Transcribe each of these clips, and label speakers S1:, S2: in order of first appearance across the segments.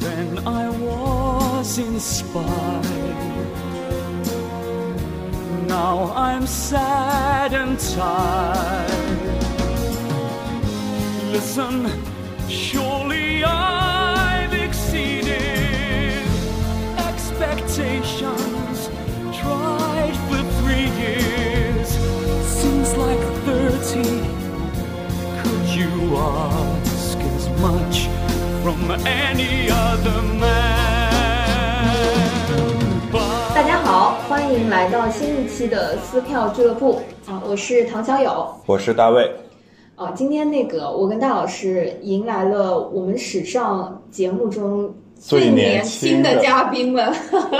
S1: when I was inspired. Now I'm sad and tired. Listen, surely I've exceeded expectations. Tried for three years, seems like 30. Could you ask as much from any other man?
S2: 大
S1: But
S2: 家好，欢迎来到新一期的撕票俱乐部啊，我是唐小友
S3: 我是大卫，
S2: 啊。今天那个我跟大老师迎来了我们史上节目中
S3: 最
S2: 年
S3: 年
S2: 轻
S3: 轻
S2: 的
S3: 的
S2: 嘉宾们，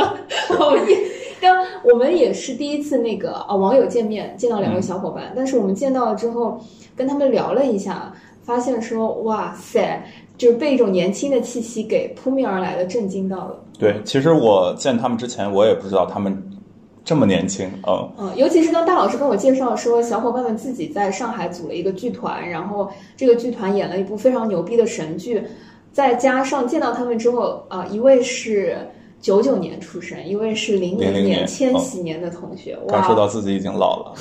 S2: 我们也。当我们也是第一次那个啊网友见面，见到两位小伙伴，但是我们见到了之后，跟他们聊了一下，发现说哇塞，就是被一种年轻的气息给扑面而来的震惊到了。
S3: 对，其实我见他们之前，我也不知道他们这么年轻，嗯，
S2: 嗯，尤其是当大老师跟我介绍说，小伙伴们自己在上海组了一个剧团，然后这个剧团演了一部非常牛逼的神剧，再加上见到他们之后，啊、一位是九九年出生，一位是零
S3: 00
S2: 年、
S3: 年哦
S2: 千禧年的同学，
S3: 感受
S2: 哇！哦
S3: 到自己已经老了。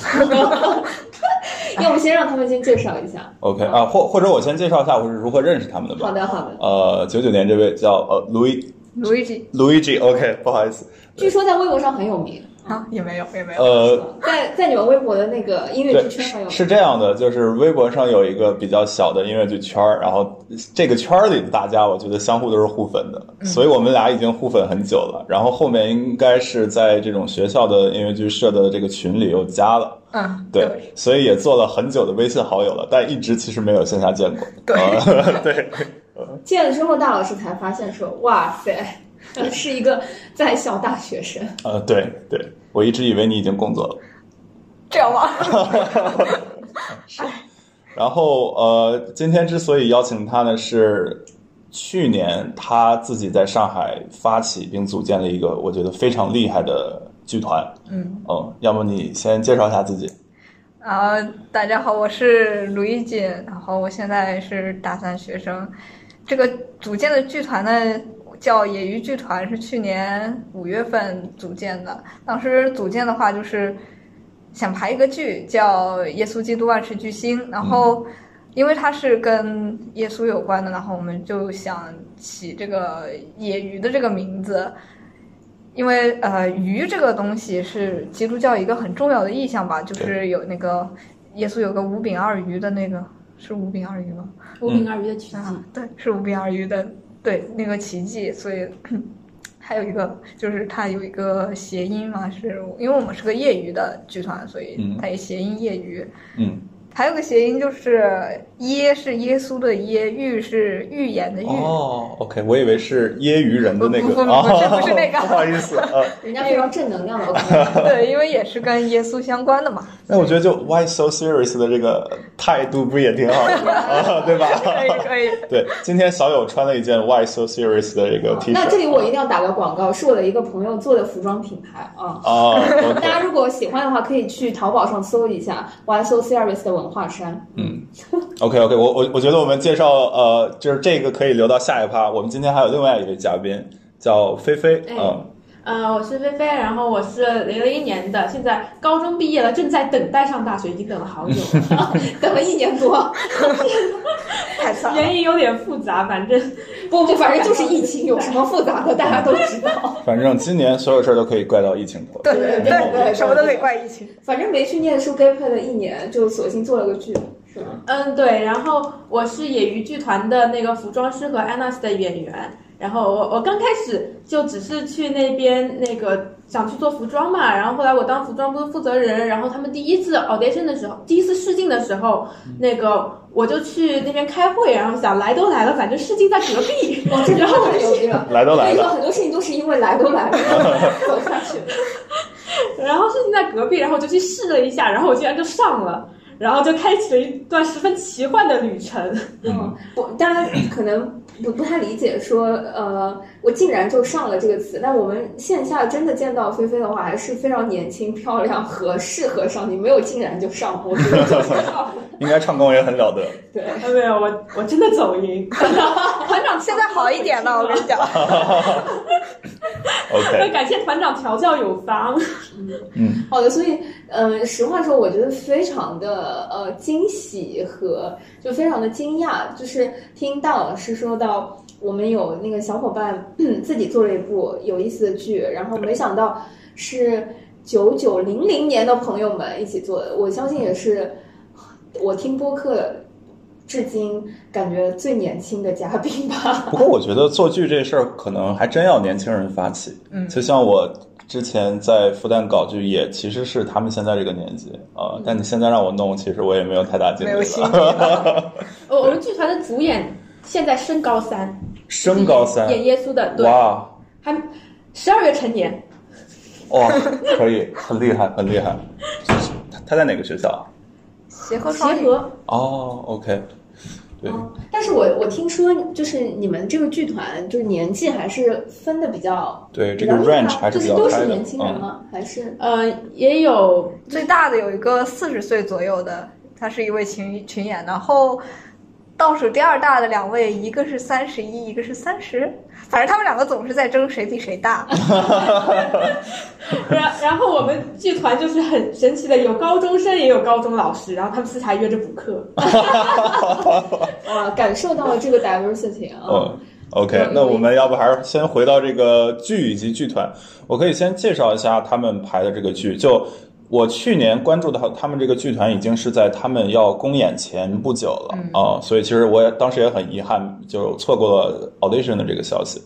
S2: 要不先让他们先介绍一下。
S3: OK 啊，或或者我先介绍一下我是如何认识他们的吧。
S2: 好的，好的。
S3: 呃，九九年这位叫呃 Louis
S4: Luigi
S3: Luigi，OK，、不好意思，
S2: 据说在微博上很有名，
S4: 啊，也没有，也没有。
S3: 呃，
S2: 在在你们微博的那个音乐
S3: 对
S2: 剧圈很有名。
S3: 是这样的，就是微博上有一个比较小的音乐剧圈儿，然后这个圈儿里的大家，我觉得相互都是互粉的，
S2: 嗯
S3: 所以我们俩已经互粉很久了。然后后面应该是在这种学校的音乐剧社的这个群里又加了，
S4: 嗯，
S3: 对，所以也做了很久的微信好友了，但一直其实没有线下见过。
S4: 对
S3: 呃对，
S2: 见了之后，大老师才发现说，哇塞， 是一个在校大学生。
S3: 呃，对对，我一直以为你已经工作了。
S4: 这样吗？
S3: 然后呃，今天之所以邀请他呢，是去年他自己在上海发起并组建了一个我觉得非常厉害的剧团。
S4: 嗯
S3: 嗯，要么你先介绍一下自己。
S4: 啊，大 家好，我是 Luigi，然后我现在是大三学生。这个组建的剧团呢，叫野鱼剧团，是去年五月份组建的。当时组建的话，就是想排一个剧，叫《耶稣基督万事俱兴》，然后因为它是跟耶稣有关的，然后我们就想起这个野鱼的这个名字。因为呃，鱼这个东西是基督教一个很重要的意象吧，就是有那个耶稣有个五饼二鱼的那个，是五饼二鱼吗？
S2: 无名而鱼的曲
S4: 啊，对，是无病而愈的，对那个奇迹，所以还有一个就是它有一个谐音嘛，是因为我们是个业余的剧团，所以
S3: 嗯
S4: 它也谐音业余。
S3: 嗯，
S4: 还有个谐音就是耶是耶稣的耶，预是预言的预。
S3: 哦，OK，我以为是揶揄人的那个
S4: 哎不不不
S3: 啊，
S4: 不是不是那个
S3: 不好意 思啊。呃
S2: 人家非常正能量
S3: 哎
S2: 的 OK。
S4: 对，因为也是跟耶稣相关的 嘛。
S3: 那我觉得就 Why so serious 的这个态度不也挺 好的吗啊，对吧？
S4: 可以 可以，
S3: 对，今天小友穿了一件 Why so serious 的这个 T
S2: 哦
S3: 恤。啊
S2: 那这里我一定要打个广告，是我的一个朋友做的服装品牌啊。
S3: 啊
S2: 大
S3: ，OK，
S2: 家如果喜欢的话，可以去淘宝上搜一下 YSO Series 的文化衫。
S3: 嗯，OK OK，我我我觉得我们介绍呃，就是这个可以留到下一趴。我们今天还有另外一位嘉宾叫菲菲，
S5: 哎
S3: 嗯，
S5: 呃，我是菲菲，然后我是零零年的，现在高中毕业了，正在等待上大学，已经等了好久了，
S2: 等了一年多，
S4: 太惨了。
S5: 原因有点复杂，反正
S2: 不不，反正就是疫情，有什么复杂的，大家都知道。
S3: 反正今年所有事儿都可以怪到疫情头。
S4: 对
S2: 对对对对
S4: 对，什么都得怪疫情。
S2: 反正没去念书 gap 了一年，就索性做了个剧，是吧？
S5: 嗯对。然后我是野鱼剧团的那个服装师和安娜斯的演员。然后我我刚开始就只是去那边那个想去做服装嘛，然后后来我当服装部的负责人，然后他们第一次 audition 的时候，第一次试镜的时候，那个我就去那边开会，然后想来都来了，反正试镜在隔壁，然后我
S2: 太
S5: 就
S2: 牛逼了！
S3: 来都
S2: 所
S3: 来
S2: 以说
S3: 了，
S2: 很多事情都是因为来都来了，走下去。
S5: 然后事情在隔壁，然后我就去试了一下，然后我竟然就上了，然后就开启了一段十分奇幻的旅程。
S2: 嗯，我大家可能不不太理解说，呃，我竟然就上了这个词。但我们线下真的见到菲菲的话，还是非常年轻、漂亮和适合上去，没有竟然就上，我觉得就是上了。
S5: 哎
S3: 应该唱功也很了得。
S2: 对，
S5: 没有，我我真的走音，团长长
S4: 现在好一点了， 我跟你讲。
S5: 要
S3: OK，
S5: 感谢团长调教有方。
S3: 嗯，
S2: 好的，所以，呃，实话说，我觉得非常的呃惊喜和就非常的惊讶，就是听大老师说到我们有那个小伙伴自己做了一部有意思的剧，然后没想到是九九零零年的朋友们一起做的，我相信也是我听播客至今感觉最年轻的嘉宾吧。
S3: 不过我觉得做剧这事儿可能还真要年轻人发起。
S4: 嗯
S3: 就像我之前在复旦搞剧，也其实是他们现在这个年纪啊、
S2: 嗯
S3: 但你现在让我弄，其实我也没有太大劲
S4: 没
S3: 力
S4: 有心理
S3: 了。
S4: 了。
S5: 哦我我们剧团的主演现在升高三，
S3: 升高三，
S5: 演耶稣的，对，
S3: 哇
S5: 还十二月成年，
S3: 哇，可以，很厉害，很厉害。他他在哪个学校啊？
S4: 协和
S5: 协
S4: 双语，
S5: 和
S3: 哦，OK，对，
S2: 哦，但是我我听说，就是你们这个剧团，就是年纪还是分的比较
S3: 对这
S2: 比
S3: 个
S2: 较
S3: range 还
S2: 就是
S3: 比
S2: 是
S3: 较
S2: 都
S3: 开
S2: 是
S3: 的
S2: 年轻，人
S3: 嗯，
S2: 吗？还是
S5: 呃，也有
S4: 最大的有一个四十岁左右的，他是一位群群演，然后倒数第二大的两位，一个是三十一，一个是三十，反正他们两个总是在争谁比谁大。
S5: 然然后我们剧团就是很神奇的，有高中生也有高中老师，然后他们私下约着补课。
S2: 啊，感受到了这个 diversity 啊
S3: 嗯。OK，
S2: 嗯
S3: 那我们要不还是先回到这个剧以及剧团，我可以先介绍一下他们排的这个剧。就我去年关注到他们这个剧团已经是在他们要公演前不久了
S2: 嗯
S3: 啊、所以其实我也当时也很遗憾，就错过了 audition 的这个消息。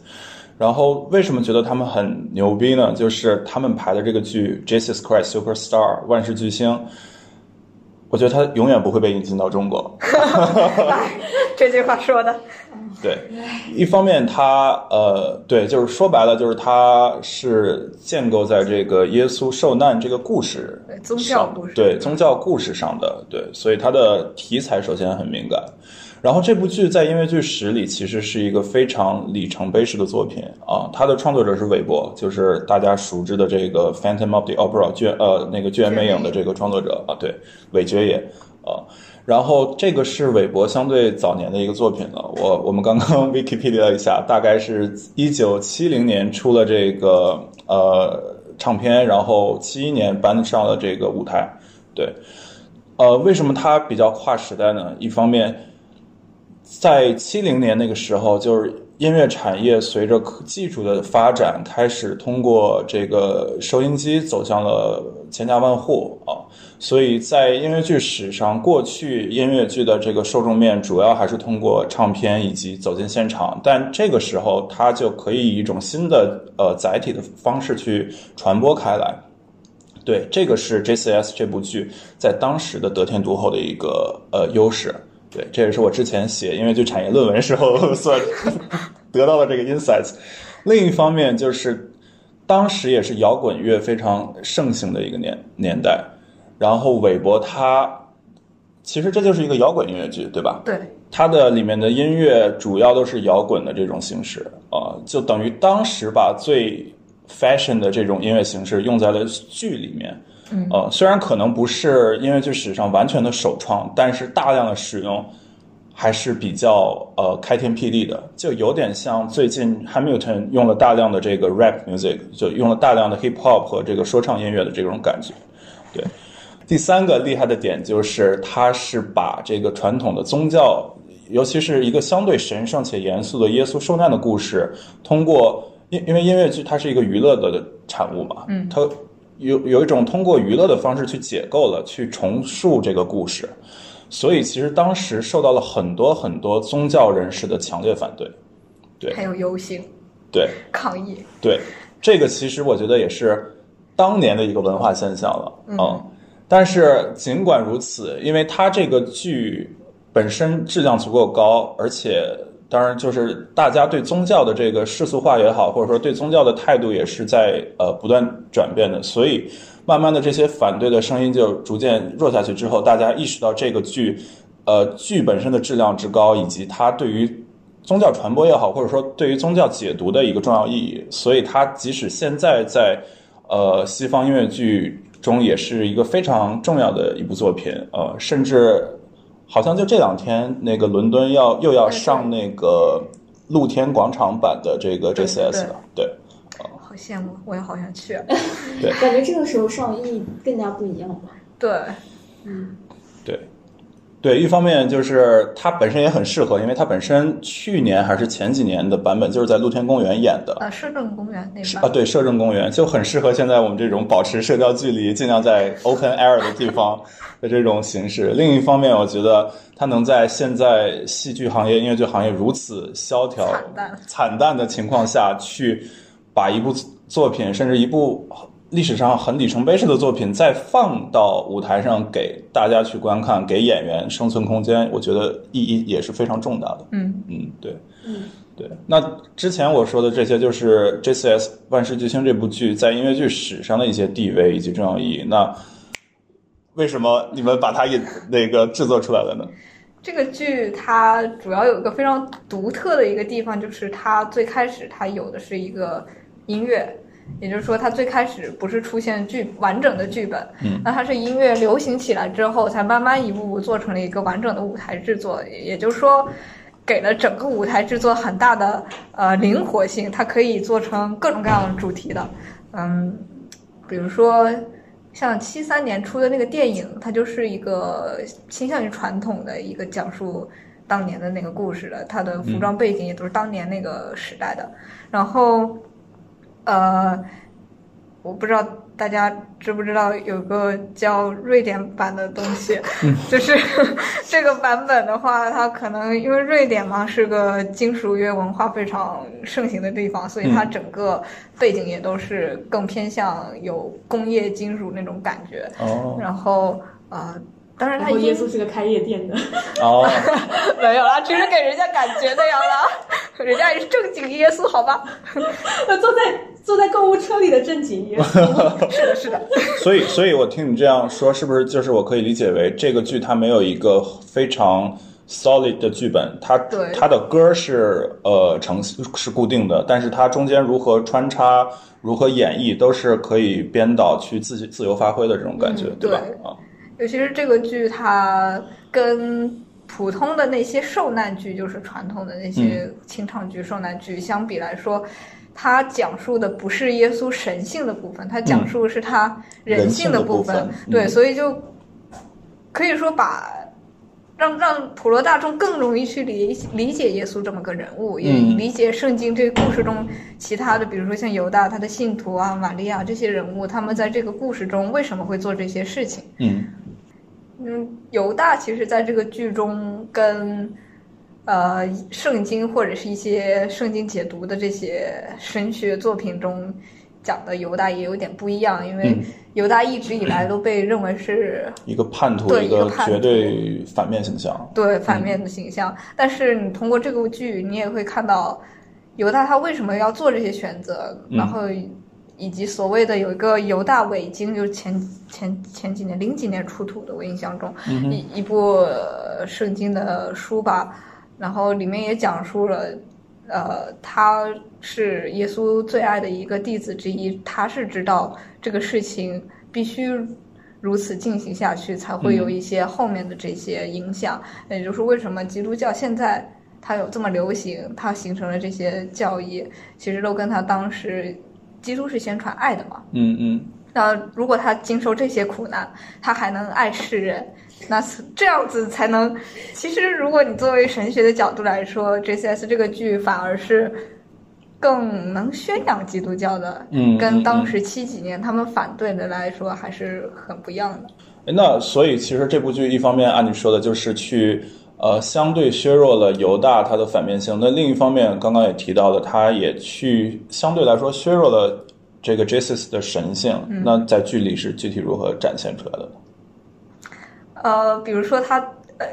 S3: 然后为什么觉得他们很牛逼呢？就是他们排的这个剧《Jesus Christ Superstar》万世巨星，我觉得它永远不会被引进到中国。
S4: 这句话说的，
S3: 对，一方面它呃，对，就是说白了，就是它是建构在这个耶稣受难这个故事
S4: 对宗教
S3: 上
S4: 故事
S3: 对宗教故事上的，对，所以它的题材首先很敏感。然后这部剧在音乐剧史里其实是一个非常里程碑式的作品啊，它的创作者是韦伯，就是大家熟知的这个《Phantom of the Opera》卷呃那个《剧院魅影》的这个创作者啊，对，韦爵爷啊。然后这个是韦伯相对早年的一个作品了，我我们刚刚 Wikipedia 了一下，大概是一九七零年出了这个呃唱片，然后七一年搬上了这个舞台，对。呃，为什么它比较跨时代呢？一方面，在七零年那个时候，就是音乐产业随着科技术的发展，开始通过这个收音机走向了千家万户啊。所以在音乐剧史上，过去音乐剧的这个受众面主要还是通过唱片以及走进现场，但这个时候它就可以以一种新的呃载体的方式去传播开来。对，这个是 JCS 这部剧在当时的得天独厚的一个呃优势。对，这也是我之前写音乐剧产业论文时候算得到的这个 insights。另一方面，就是当时也是摇滚乐非常盛行的一个年年代，然后韦伯他其实这就是一个摇滚音乐剧，对吧？
S4: 对，
S3: 它的里面的音乐主要都是摇滚的这种形式啊、呃就等于当时把最 fashion 的这种音乐形式用在了剧里面。嗯，呃，虽然可能不是音乐剧史上完全的首创，但是大量的使用还是比较呃开天辟地的，就有点像最近 Hamilton 用了大量的这个 rap music，就用了大量的 hip hop 和这个说唱音乐的这种感觉。对，第三个厉害的点就是，它是把这个传统的宗教，尤其是一个相对神圣且严肃的耶稣受难的故事，通过因因为音乐剧它是一个娱乐的产物嘛，嗯，它有有一种通过娱乐的方式去解构了，去重塑这个故事，所以其实当时受到了很多很多宗教人士的强烈反对，对
S4: 还有游行
S3: 对，
S4: 抗议，
S3: 对，这个其实我觉得也是当年的一个文化现象了，嗯。但是尽管如此，因为它这个剧本身质量足够高，而且当然就是大家对宗教的这个世俗化也好，或者说对宗教的态度也是在呃不断转变的，所以慢慢的这些反对的声音就逐渐弱下去之后，大家意识到这个剧。呃，剧本身的质量之高，以及它对于宗教传播也好，或者说对于宗教解读的一个重要意义，所以它即使现在在呃西方音乐剧中也是一个非常重要的一部作品，呃，甚至好像就这两天那个伦敦要又要上那个露天广场版的这个
S4: 对
S3: JCS 的，对
S4: 好羡慕，我也好想去。
S2: 感觉这个时候上意义更加不一样吧。
S4: 对，
S3: 对对，一方面就是它本身也很适合，因为它本身去年还是前几年的版本就是在露天公园演的，
S4: 呃，市政公园那
S3: 是
S4: 边
S3: 啊，对，摄政公园就很适合现在我们这种保持社交距离、尽量在 open air 的地方的这种形式。另一方面，我觉得它能在现在戏剧行业、音乐剧行业如此萧条、
S4: 惨淡
S3: 惨淡的情况下，去把一部作品，甚至一部历史上很里程碑式的作品，再放到舞台上给大家去观看，给演员生存空间，我觉得意义也是非常重大的。
S4: 嗯，
S3: 嗯，对，
S5: 嗯，
S3: 对。那之前我说的这些，就是 JCS《万事俱兴》这部剧在音乐剧史上的一些地位以及重要意义。那为什么你们把它也那个制作出来了呢？
S4: 这个剧它主要有一个非常独特的一个地方，就是它最开始它有的是一个音乐，也就是说它最开始不是出现剧完整的剧本，
S3: 嗯
S4: 那它是音乐流行起来之后，才慢慢一步步做成了一个完整的舞台制作，也也就是说。给了整个舞台制作很大的呃灵活性，它可以做成各种各样的主题的，嗯，比如说像七三年出的那个电影，它就是一个倾向于传统的一个讲述当年的那个故事的，它的服装背景也都是当年那个时代的。然后，呃，我不知道大家知不知道有个叫瑞典版的东西， 就是这个版本的话，它可能因为瑞典嘛是个金属乐文化非常盛行的地方，所以它
S3: 嗯
S4: 整个背景也都是更偏向有工业金属那种感觉。
S3: 哦
S4: 然后呃，当然
S5: 然
S4: 它
S5: 后
S4: 已
S5: 耶
S4: 经
S5: 稣是个开夜店的，
S3: 哦，
S4: 没有啦，只是给人家感觉那样啦，人家也是正经耶稣，好吧？
S5: 坐在坐在购物车里的正经耶稣。
S4: 是的，是的，
S3: 所以所以我听你这样说，是不是就是我可以理解为这个剧它没有一个非常 solid 的剧本，它
S4: 对
S3: 它的歌是呃成是固定的，但是它中间如何穿插、如何演绎，都是可以编导去自己自由发挥的这种感觉，
S4: 嗯
S3: 吧？
S4: 对
S3: 啊，
S4: 尤其是这个剧，它跟普通的那些受难剧，就是传统的那些清唱剧、受难剧相比来说。它讲述的不是耶稣神性的部分，它讲述是他嗯人性的部分。
S3: 人性的部分
S4: 对，
S3: 嗯
S4: 所以就可以说把让让普罗大众更容易去理理解耶稣这么个人物，也
S3: 嗯
S4: 理解圣经这个故事中其他的，比如说像犹大他的信徒啊、玛利亚这些人物，他们在这个故事中为什么会做这些事情。
S3: 嗯。
S4: 嗯，犹大其实在这个剧中跟呃圣经或者是一些圣经解读的这些神学作品中讲的犹大也有点不一样，因为
S3: 嗯
S4: 犹大一直以来都被认为是
S3: 一个叛徒，
S4: 对
S3: 一个
S4: 一个叛徒
S3: 绝对反面形象。
S4: 对反面的形象，但是你通过这个剧，你也会看到犹大他为什么要做这些选择，
S3: 嗯
S4: 然后以及所谓的有一个犹大伪经，就是前前前几年零几年出土的，我印象中、一一部呃圣经的书吧，然后里面也讲述了。呃，他是耶稣最爱的一个弟子之一，他是知道这个事情必须如此进行下去，才会有一些后面的这些影响。也就是为什么基督教现在它有这么流行，它形成了这些教义，其实都跟他当时基督是先传爱的嘛。
S3: 嗯嗯，
S4: 那如果他经受这些苦难，他还能爱世人，那此这样子才能。其实，如果你作为神学的角度来说，JCS 这个剧反而是更能宣扬基督教的，
S3: 嗯
S4: 跟
S3: 嗯
S4: 当
S3: 嗯
S4: 时七几年他们反对的来说还是很不一样的。
S3: 诶那所以其实这部剧一方面按你说的，就是去呃相对削弱了犹大他的反面性；那另一方面，刚刚也提到了，他也去相对来说削弱了这个 Jesus 的神性。那在剧里是具体如何展现出来的呢？
S4: 呃，比如说他呃，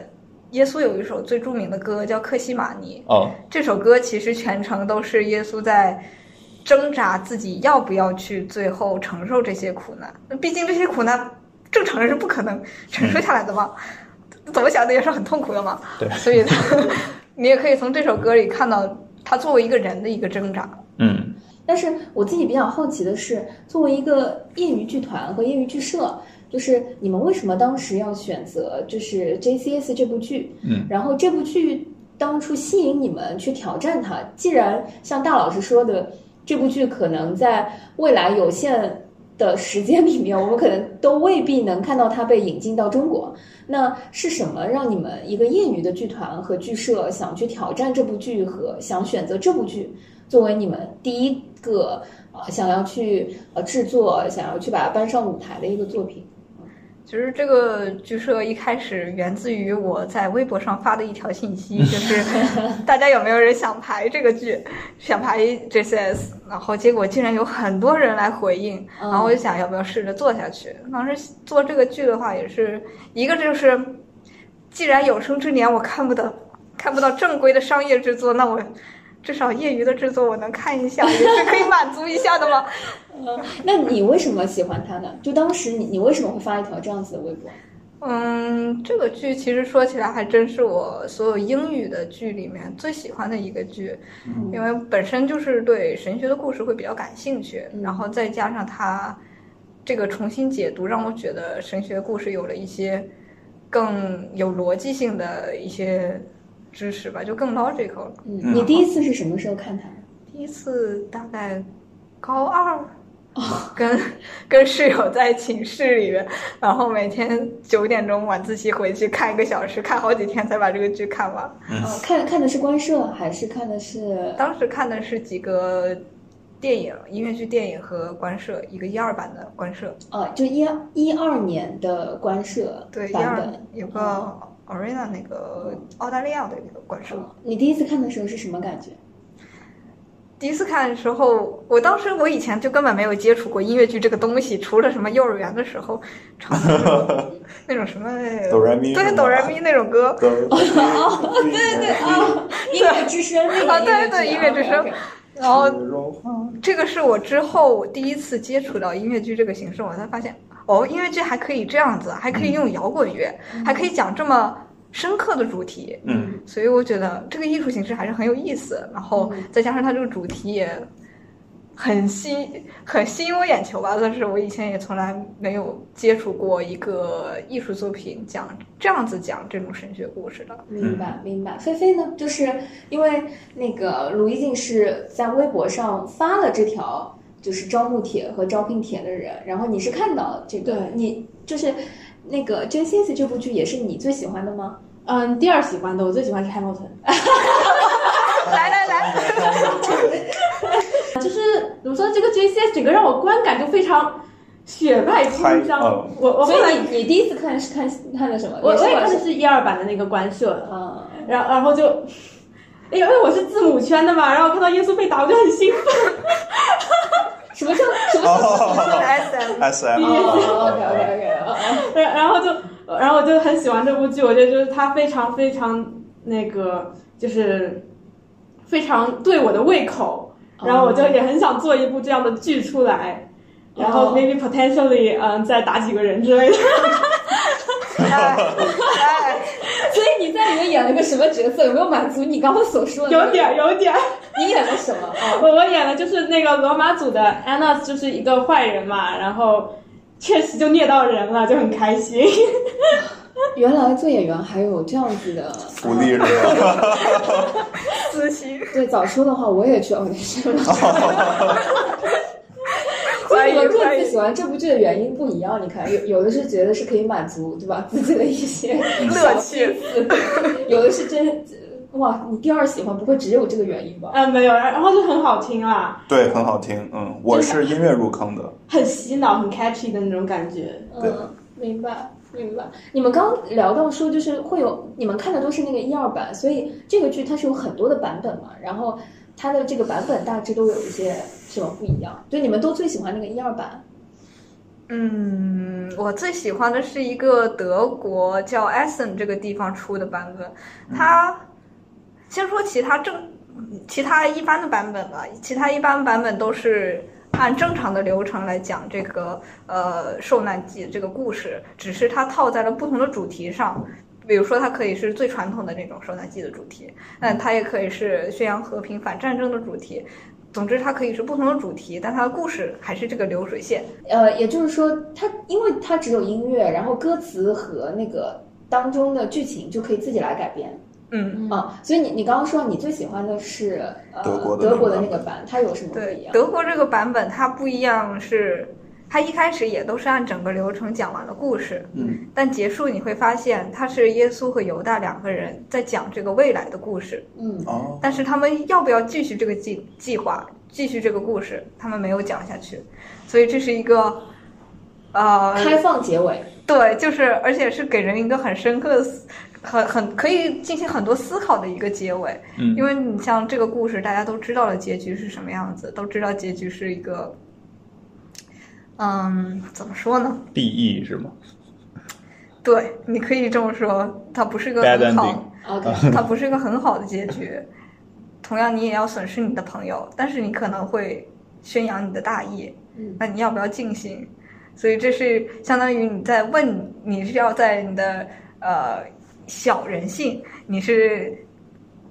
S4: 耶稣有一首最著名的歌叫《克西玛尼》，
S3: 哦，
S4: 这首歌其实全程都是耶稣在挣扎自己要不要去最后承受这些苦难。毕竟这些苦难正常人是不可能承受下来的嘛，怎么想的也是很痛苦的嘛。
S3: 对
S4: 所以他 你也可以从这首歌里看到他作为一个人的一个挣扎。
S3: 嗯
S2: 但是我自己比较好奇的是，作为一个业余剧团和业余剧社，就是你们为什么当时要选择就是 JCS 这部剧？
S3: 嗯，
S2: 然后这部剧当初吸引你们去挑战它？既然像大老师说的，这部剧可能在未来有限的时间里面，我们可能都未必能看到它被引进到中国。那是什么让你们一个业余的剧团和剧社想去挑战这部剧和想选择这部剧作为你们第一个呃想要去呃制作、想要去把它搬上舞台的一个作品？
S4: 其实这个剧社一开始源自于我在微博上发的一条信息，就是大家有没有人想排这个剧，想排 JCS，然后结果竟然有很多人来回应，
S2: 嗯
S4: 然后我就想要不要试着做下去。当时做这个剧的话，也是一个就是，既然有生之年我看不到看不到正规的商业制作，那我。至少业余的制作我能看一下，也是可以满足一下的嘛。
S2: 那你为什么喜欢它呢？就当时你你为什么会发一条这样子的微博？
S4: 嗯，这个剧其实说起来还真是我所有英语的剧里面最喜欢的一个剧，因为本身就是对神学的故事会比较感兴趣，
S2: 嗯
S4: 然后再加上它这个重新解读，让我觉得神学故事有了一些更有逻辑性的一些知识吧，就更 logical 了。
S2: 嗯，
S3: 嗯
S2: 你第一次是什么时候看它？
S4: 第一次大概高二，
S2: 哦
S4: 跟跟室友在寝室里面，然后每天九点钟晚自习回去看一个小时，看好几天才把这个剧看完。
S2: 哦，看看的是官社还是看的是？
S4: 当时看的是几个电影，音乐剧电影和官社，一个一二版的官社，
S2: 哦，就一一二年的官社
S4: 对，一
S2: 版
S4: 二
S2: 本。
S4: 有个 Arena 那个澳大利亚的那个官社。
S2: 哦你第一次看的时候是什么感觉？
S4: 第一次看的时候，我当时我以前就根本没有接触过音乐剧这个东西，除了什么幼儿园的时候唱的那 种那种什么
S3: 哆来咪
S4: 对
S3: 是吗
S4: 哆来咪那 种歌，
S3: 对哦对对啊，
S2: 音乐之声那个
S4: 啊对对
S2: 音乐
S4: 音乐之声
S2: OK，OK
S4: 然
S3: 哦
S4: 后这个是我之后第一次接触到音乐剧这个形式，我才发现哦，音乐剧还可以这样子，还可以用摇滚乐，还可以讲这么深刻的主题，
S3: 嗯，
S4: 所以我觉得这个艺术形式还是很有意思。然后再加上它这个主题也很吸很吸引我眼球吧，算是我以前也从来没有接触过一个艺术作品讲这样子讲这种神学故事的。
S2: 明白明白。菲菲呢？就是因为那个鲁一静是在微博上发了这条就是招募帖和招聘帖的人，然后你是看到这个，
S5: 对
S2: 你就是那个《真心思》这部剧也是你最喜欢的吗？
S5: 嗯，第二喜欢的我最喜欢是 Hamilton，
S4: 来来来，
S5: 就是怎么说这个 JCS 整个让我观感就非常血脉
S3: 嗨
S5: 喷张
S3: 嗯。
S5: 我我
S2: 所
S5: 后来
S2: 以你你第一次看是看看的什么？
S5: 我我也看
S2: 是
S5: 的是一二版的那个官社，
S2: 啊，
S5: 然后然后就，因为因为我是字母圈的嘛，然后看到耶稣被打我就很兴奋。
S2: 什么叫什么叫？
S4: 哦 SM
S3: S M 啊
S2: 哦，OK OK OK，啊
S5: 然然后就，然后我就很喜欢这部剧，我觉得就是它非常非常那个，就是非常对我的胃口，然后我就也很想做一部这样的剧出来，然
S2: 哦
S5: 后 maybe potentially 嗯再打几个人之类的。
S4: 哎哎。
S2: 所以你在里面演了个什么角色？有没有满足你刚刚所说的？
S5: 有，点儿，有点儿。
S2: 你演了什么？哦，
S5: 我我演的就是那个罗马组的 Anna，就是一个坏人嘛，然后确实就虐到人了，就很开心。
S2: 原来做演员还有这样子的
S3: 福利是吧？
S4: 自信，
S2: 对，早说的话我也去 audition 了。 所
S4: 欢
S2: 以
S4: 迎
S2: 我各
S4: 欢
S2: 自
S4: 迎
S2: 喜欢这部剧的原因不一样，你看，有有的是觉得是可以满足，对吧？自己的一些
S4: 乐趣。
S2: 有的是真哇，你第二喜欢不会只有这个原因吧？
S5: 嗯，没有，然后就很好听啦，
S3: 对，很好听。嗯，我是音乐入坑的。
S5: 很洗脑，很 catchy 的那种感觉。
S3: 对
S2: 嗯，明白明白。你们刚聊到说，就是会有你们看的都是那个一二版，所以这个剧它是有很多的版本嘛，然后它的这个版本大致都有一些什么不一样？对，你们都最喜欢那个一二版。
S4: 嗯，我最喜欢的是一个德国叫 Essen 这个地方出的版本，它先说其他正其他一般的版本吧，其他一般版本都是按正常的流程来讲这个呃受难记这个故事，只是它套在了不同的主题上。比如说，它可以是最传统的那种受难记的主题，但它也可以是宣扬和平、反战争的主题。总之，它可以是不同的主题，但它的故事还是这个流水线。
S2: 呃，也就是说，它因为它只有音乐，然后歌词和那个当中的剧情就可以自己来改编。
S4: 嗯，
S2: 啊，所以你你刚刚说你最喜欢的是呃
S3: 德国的那个
S2: 德国的那个版，它有什么不一
S4: 对，
S2: 样？
S4: 德国这个版本它不一样是，它一开始也都是按整个流程讲完了故事，
S3: 嗯，
S4: 但结束你会发现，它是耶稣和犹大两个人在讲这个未来的故事，
S2: 嗯
S3: 哦，
S4: 但是他们要不要继续这个计计划，继续这个故事，他们没有讲下去，所以这是一个，呃，
S2: 开放结尾，
S4: 对，就是而且是给人一个很深刻的思。很很可以进行很多思考的一个结尾，
S3: 嗯
S4: 因为你像这个故事，大家都知道了结局是什么样子，都知道结局是一个，嗯，怎么说呢？
S3: ，B E 是吗
S4: 对，你可以这么说，它不是一个
S3: ？Bad
S4: 很好
S3: ending，
S2: OK，
S3: 啊
S4: 它不是一个很好的结局。同样，你也要损失你的朋友，但是你可能会宣扬你的大义，
S2: 嗯
S4: 那你要不要尽心？所以这是相当于你在问，你是要在你的呃小人性，你是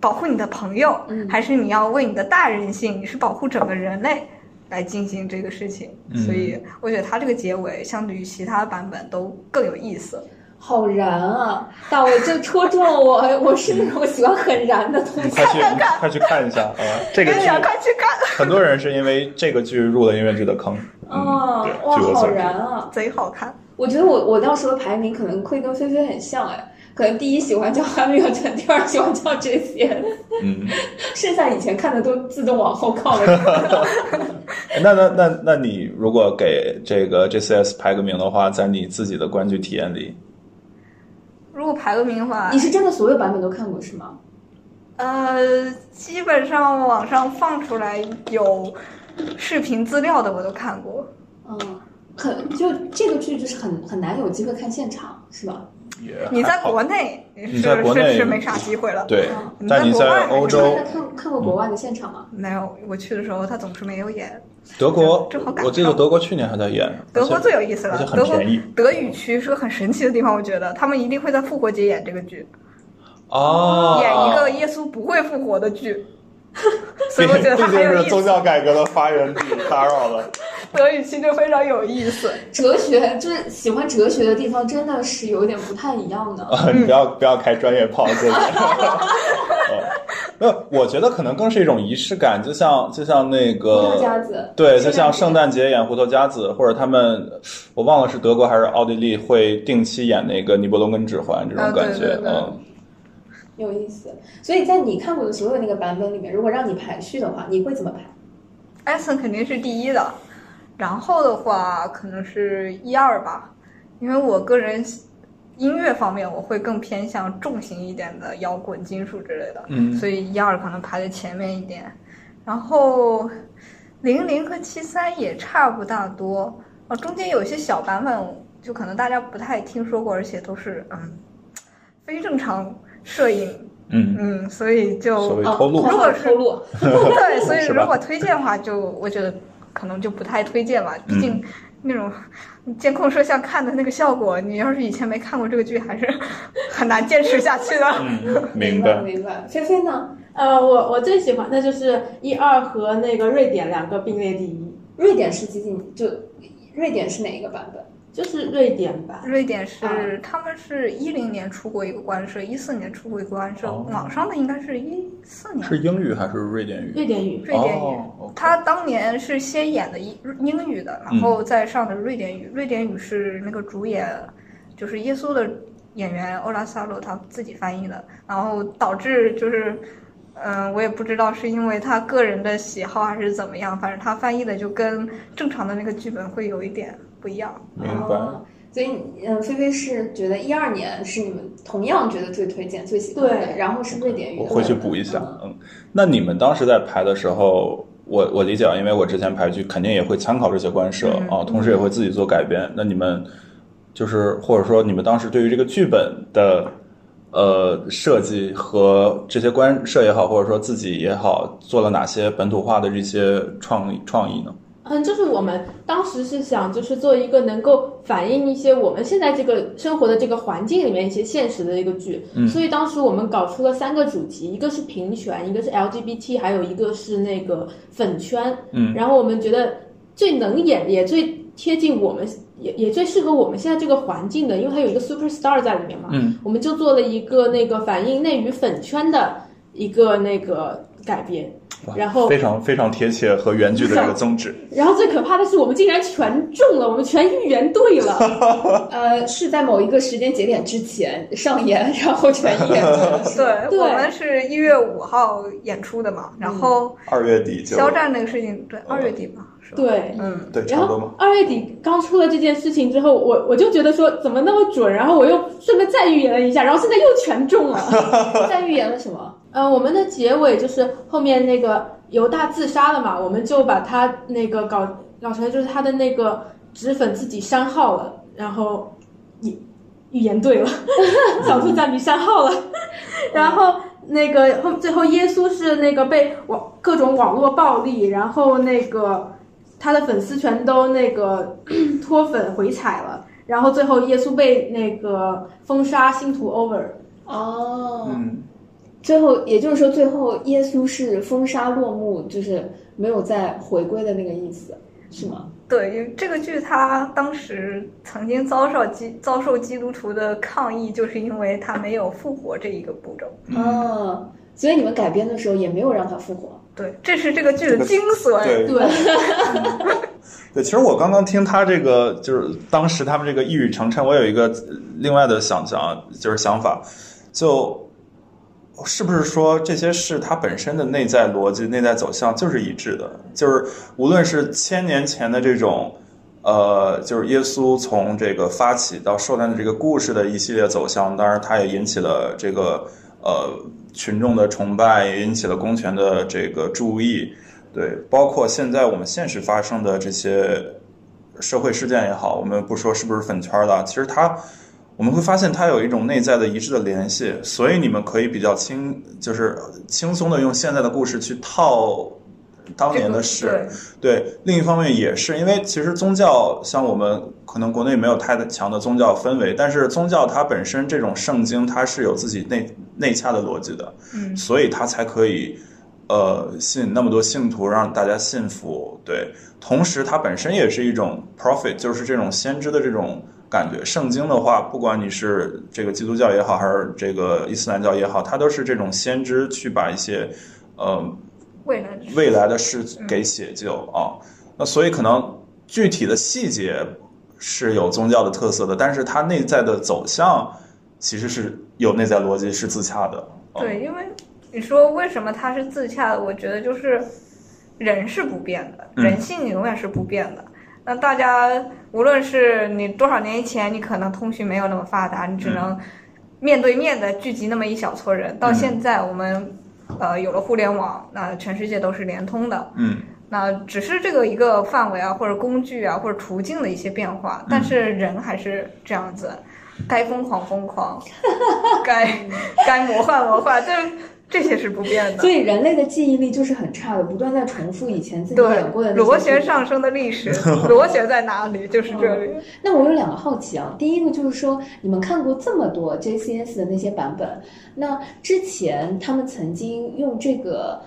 S4: 保护你的朋友，
S2: 嗯
S4: 还是你要为你的大人性，你是保护整个人类来进行这个事情？
S3: 嗯
S4: 所以我觉得它这个结尾相对于其他版本都更有意思。
S2: 好燃啊！大卫这戳中了我， 我是那种喜欢很燃的东
S3: 你
S2: 西
S3: 嗯快。去你快去看一下啊！这个
S4: 哎
S3: 剧
S4: 呀，快去看！
S3: 很多人是因为这个剧入了音乐剧的坑，嗯，
S4: 哦
S2: 啊
S3: 对，
S2: 哇，
S3: 据我
S2: 好
S3: 所知
S2: 燃啊！
S4: 贼好看，
S2: 我觉得我我当时的排名可能会跟菲菲很像哎，可能第一喜欢叫 Hamilton，第二喜欢叫这些，
S3: 嗯，
S2: 剩下以前看的都自动往后靠了。
S3: 哎那那那那你如果给这个 JCS 排个名的话，在你自己的观剧体验里，
S4: 如果排个名的话
S2: 你，是真的所有版本都看过是吗？
S4: 呃，基本上网上放出来有视频资料的我都看过。
S2: 嗯，很就这个剧就是很很难有机会看现场是吧？
S3: 也
S4: 你在
S3: 还好
S4: 国内是
S3: 你在国内
S4: 是是没啥机会了。
S3: 对
S2: 嗯，
S4: 你在
S3: 但你
S4: 国
S3: 在
S4: 外
S3: 欧
S2: 你
S3: 洲
S2: 还看看过国外的现场吗？
S4: 没有，我去的时候他总是没有演。
S3: 德国
S4: 正好，赶上
S3: 我记得德国去年还在演，
S4: 德
S3: 而
S4: 国
S3: 且
S4: 最有意思
S3: 而
S4: 了
S3: 且，很
S4: 德国
S3: 便宜
S4: 德语区是个很神奇的地方，我觉得他们一定会在复活节演这个剧，
S3: 哦，
S4: 演一个耶稣不会复活的剧。所以我
S3: 毕
S4: 觉得
S3: 竟
S4: 它
S3: 毕
S4: 很
S3: 竟
S4: 有
S3: 是
S4: 意
S3: 宗
S4: 思，
S3: 教改革的发源地，打扰 了。
S4: 德语区就非常有意思。
S3: 嗯
S2: 哲学就是喜欢哲学的地方真的是有点不太一样的。
S3: 啊，你不要不要开专业炮 自己。没有，我觉得可能更是一种仪式感，就像就像那
S2: 葡
S3: 个
S2: 萄架子圣
S3: 对，就
S2: 诞
S3: 像
S2: 节
S3: 圣诞节演胡桃夹子，或者他们我忘了是德国还是奥地利会定期演那个尼伯龙根指环这种
S4: 啊对
S3: 感觉，
S4: 对对
S3: 嗯，
S2: 有意思，所以在你看过的所有那个版本里面，如果让你排序的话，你会怎么排？
S4: 艾森肯定是第一的，然后的话可能是一二吧，因为我个人音乐方面我会更偏向重型一点的摇滚、金属之类的，
S3: 嗯
S4: 所以一二可能排在前面一点，然后零零和七三也差不大多，啊，中间有一些小版本就可能大家不太听说过，而且都是嗯非正常摄影，
S3: 嗯，
S4: 嗯，所以就
S3: 所谓
S2: 啊，
S3: 透露
S2: 快
S4: 如果
S2: 速
S4: 是
S2: 透露，
S4: 对，所以
S3: 是吧
S4: 如果推荐的话就，我觉得可能就不太推荐
S3: 嗯
S4: 吧。毕竟那种监控摄像看的那个效果，你要是以前没看过这个剧，还是 很难坚持下去的。
S3: 嗯明
S2: 白
S3: 白。
S2: 明白。菲菲呢？
S5: 呃，我我最喜欢的就是一二和那个瑞典两个并列第一，
S2: 瑞典是几几年？就瑞典是哪一个版本？
S5: 就是瑞典吧。
S4: 瑞典是、
S2: 啊
S4: 他们是一零年出过一个官设，一四年出过一个官设，
S3: 哦
S4: 网上的应该是一四年。
S3: 是英语还是瑞典语？
S5: 瑞典语，
S4: 瑞典语。
S3: 哦，OK
S4: 他当年是先演的英英语的，然后再上的瑞典语。瑞典语是那个主演，就是耶稣的演员欧拉萨洛他自己翻译的，然后导致就是，嗯、我也不知道是因为他个人的喜好还是怎么样，反正他翻译的就跟正常的那个剧本会有一点不一样。
S3: 明白。
S2: 哦所以，嗯，菲菲是觉得一二年是你们同样觉得最推荐、最喜欢的，
S5: 对
S2: 然后是瑞典语的
S3: 我
S2: 版本。
S3: 回去补一下
S2: 嗯。
S3: 嗯，那你们当时在排的时候，我我理解啊，因为我之前排剧肯定也会参考这些官设
S4: 嗯
S3: 啊，同时也会自己做改编。那你们就是或者说你们当时对于这个剧本的呃设计和这些官设也好，或者说自己也好，做了哪些本土化的这些创意创意呢？
S5: 嗯，就是我们当时是想，就是做一个能够反映一些我们现在这个生活的这个环境里面一些现实的一个剧，
S3: 嗯
S5: 所以当时我们搞出了三个主题，一个是平权，一个是 LGBT，还有一个是那个粉圈。
S3: 嗯
S5: 然后我们觉得最能演也最贴近我们，也也最适合我们现在这个环境的，因为它有一个 super star 在里面嘛。
S3: 嗯，
S5: 我们就做了一个那个反映内娱粉圈的一个那个改编，
S3: 哇
S5: 然
S4: 哦
S5: 后
S3: 非常非常贴切和原剧的 这个宗旨。
S5: 然后最可怕的是我们竟然全中了，我们全预言对 了。
S2: 呃，是在某一个时间节点之前上演，然后全 演了。
S4: 对，
S5: 对
S4: 我们是一月五号演出的嘛，然后
S3: 二月底就
S4: 肖战那个事情，对，二月底吧，是吧？，
S5: 对，
S4: 嗯，
S3: 对，差
S5: 然
S3: 不多
S5: 后
S3: 吗？
S5: 二月底刚出了这件事情之后，我我就觉得说怎么那么准，然后我又顺便再预言了一下，然后现在又全中了。
S2: 在预言了什么？
S5: 呃，我们的结尾就是后面那个犹大自杀了嘛，我们就把他那个搞搞成就是他的那个脂粉自己删号了，然后预预言对了，小兔赞比删号了，然后那个后最后耶稣是那个被网各种网络暴力，然后那个他的粉丝全都那个 脱粉回踩了，然后最后耶稣被那个封杀信徒 over。
S2: 哦，
S3: 嗯，
S2: 最后也就是说，最后耶稣是封杀落幕，就是没有再回归的那个意思，是吗？
S4: 对，因为这个剧它当时曾经遭受基遭受基督徒的抗议，就是因为它没有复活这一个步骤。
S3: 嗯
S2: 哦，所以你们改编的时候也没有让他复活。
S4: 对，这是这个剧的精髓。
S3: 对
S5: 对。
S3: 对，其实我刚刚听他这个，就是当时他们这个一语成谶，我有一个呃另外的想想，就是想法，就是不是说这些事它本身的内在逻辑、内在走向就是一致的，就是无论是千年前的这种。呃，就是耶稣从这个发起到受难的这个故事的一系列走向，当然它也引起了这个呃群众的崇拜，也引起了公权的这个注意。对，包括现在我们现实发生的这些社会事件也好，我们不说是不是粉圈儿的，其实它我们会发现它有一种内在的一致的联系，所以你们可以比较轻，就是轻松的用现在的故事去套当年的事。
S4: 对
S3: 对，另一方面也是因为其实宗教像我们可能国内没有太强的宗教氛围，但是宗教它本身这种圣经它是有自己内内洽的逻辑的，
S4: 嗯
S3: 所以它才可以呃吸引那么多信徒让大家信服。对，同时它本身也是一种 prophet，就是这种先知的这种。感觉圣经的话，不管你是这个基督教也好，还是这个伊斯兰教也好，它都是这种先知去把一些，呃，
S4: 未来的
S3: 未来的事给写就啊。那所以可能具体的细节是有宗教的特色的，但是它内在的走向其实是有内在逻辑是自洽的。啊
S4: 对，因为你说为什么它是自洽的？我觉得就是人是不变的，
S3: 嗯
S4: 人性永远是不变的。那大家无论是你多少年以前，你可能通讯没有那么发达，你只能面对面的聚集那么一小撮人。到
S3: 嗯
S4: 现在我们呃有了互联网，那全世界都是联通的。
S3: 嗯
S4: 那只是这个一个范围啊，或者工具啊，或者途径的一些变化，
S2: 嗯
S4: 但是人还是这样子，该疯狂疯狂， 该该魔幻魔幻，但是这些是不变
S2: 所
S4: 的。
S2: 以人类的记忆力就是很差的，不断在重复以前自己
S4: 对
S2: 演过的，那些嗯
S4: 螺
S2: 剧
S4: 旋上升的 历史，螺旋在哪里？就是这里。
S2: 那我有两个好奇啊，第一个就是说，你们看过这么多 JCS 的那些版本，那之前他们曾经用这个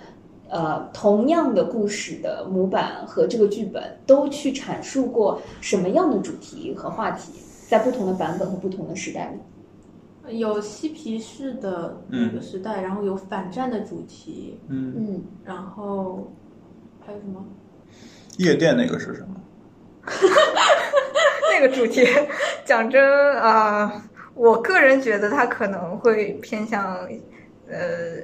S2: 呃同样的故事的模板和这个剧本都去阐述过什么样的主题和话题，在不同的版本和不同的时代里？
S5: 有嬉皮士的那个时代，然后有反战的主题，
S3: 嗯，
S2: 嗯，
S5: 然后还有什么？
S3: 夜店那个是什么？
S4: 那个主题，讲真啊、呃我个人觉得它可能会偏向，呃，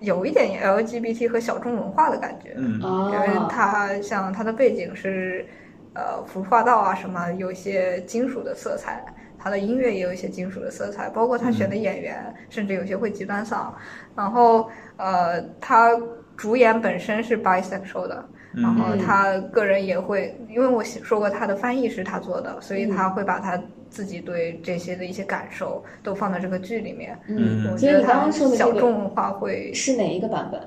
S4: 有一点 LGBT 和小众文化的感觉。
S3: 嗯
S2: 哦
S4: 因为它像它的背景是，呃，服化道啊什么，有一些金属的色彩，它的音乐也有一些金属的色彩，包括他选
S2: 嗯
S4: 的演员，甚至有些会极端嗓，然后呃，他主演本身是 bisexual 的，然
S3: 嗯
S4: 后他个人也会，因为我说过他的翻译是他做的，所以
S2: 嗯
S4: 他会把他自己对这些的一些感受都放到这个剧里面。
S2: 嗯所
S4: 我觉
S2: 以
S4: 得
S2: 你刚
S4: 他
S2: 刚说的这
S4: 小
S2: 个
S4: 众文化会
S2: 是哪一个版本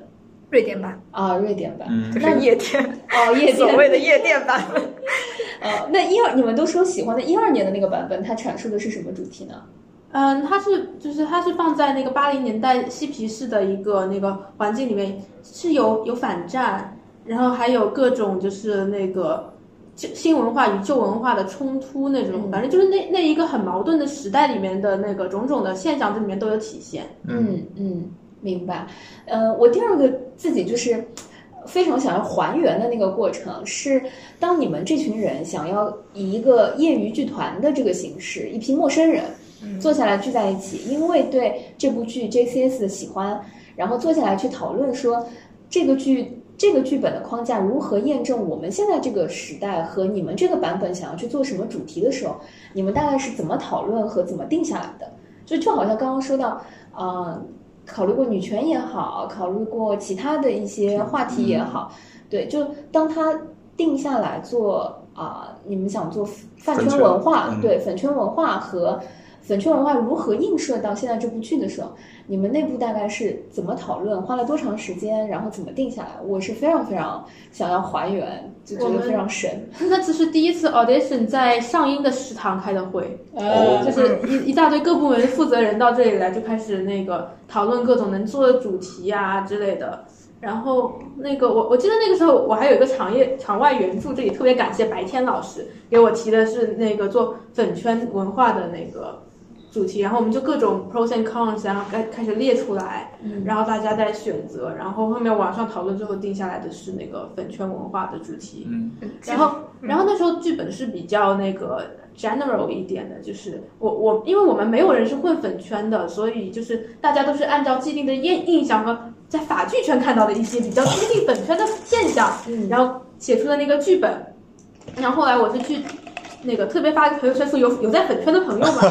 S4: 瑞典版，
S2: 啊？瑞典版。
S3: 嗯，
S4: 就是夜店，
S2: 哦，夜
S4: 所谓
S2: 店。
S4: 的夜店版。
S2: 呃，那一二你们都说喜欢的，一二年的那个版本，它阐述的是什么主题呢？
S5: 嗯，它是就是它是放在那个八零年代嬉皮士的一个那个环境里面，是有有反战，然后还有各种就是那个旧新文化与旧文化的冲突那种，反正就是那那一个很矛盾的时代里面的那个种种的现象，这里面都有体现。
S2: 嗯嗯，明白。呃，我第二个自己就是非常想要还原的那个过程，是当你们这群人想要以一个业余剧团的这个形式，一批陌生人坐下来聚在一起，因为对这部剧 JCS 的喜欢，然后坐下来去讨论说这个剧。这个剧本的框架如何验证我们现在这个时代和你们这个版本想要去做什么主题的时候，你们大概是怎么讨论和怎么定下来的？就就好像刚刚说到，呃，考虑过女权也好，考虑过其他的一嗯些话题也好，对，就当它定下来做啊、你们想做饭
S3: 粉
S2: 圈
S3: 圈
S2: 文化，
S3: 嗯
S2: 对，粉圈文化和粉圈文化如何映射到现在这部剧的时候，你们内部大概是怎么讨论，花了多长时间，然后怎么定下来？我是非常非常想要还原，就觉
S5: 我
S2: 得
S5: 们
S2: 非常神。
S5: 那次是第一次 audition 在上音的食堂开的会，就是一一大堆各部门负责人到这里来，就开始那个讨论各种能做的主题啊之类的。然后那个我我记得那个时候我还有一个场业场外援助，这里特别感谢白天老师给我提的是那个做粉圈文化的那个主题，然后我们就各种 pros and cons，然后开开始列出来，然后大家再选择，然后后面网上讨论最后定下来的是那个粉圈文化的主题。然后，然后那时候剧本是比较那个 general 一点的，就是我我因为我们没有人是混粉圈的，所以就是大家都是按照既定的印印象和在法剧圈看到的一些比较接近粉圈的现象，
S2: 嗯
S5: 然后写出的那个剧本。然后后来我就去那个特别发朋友圈说有有在粉圈的朋友吗？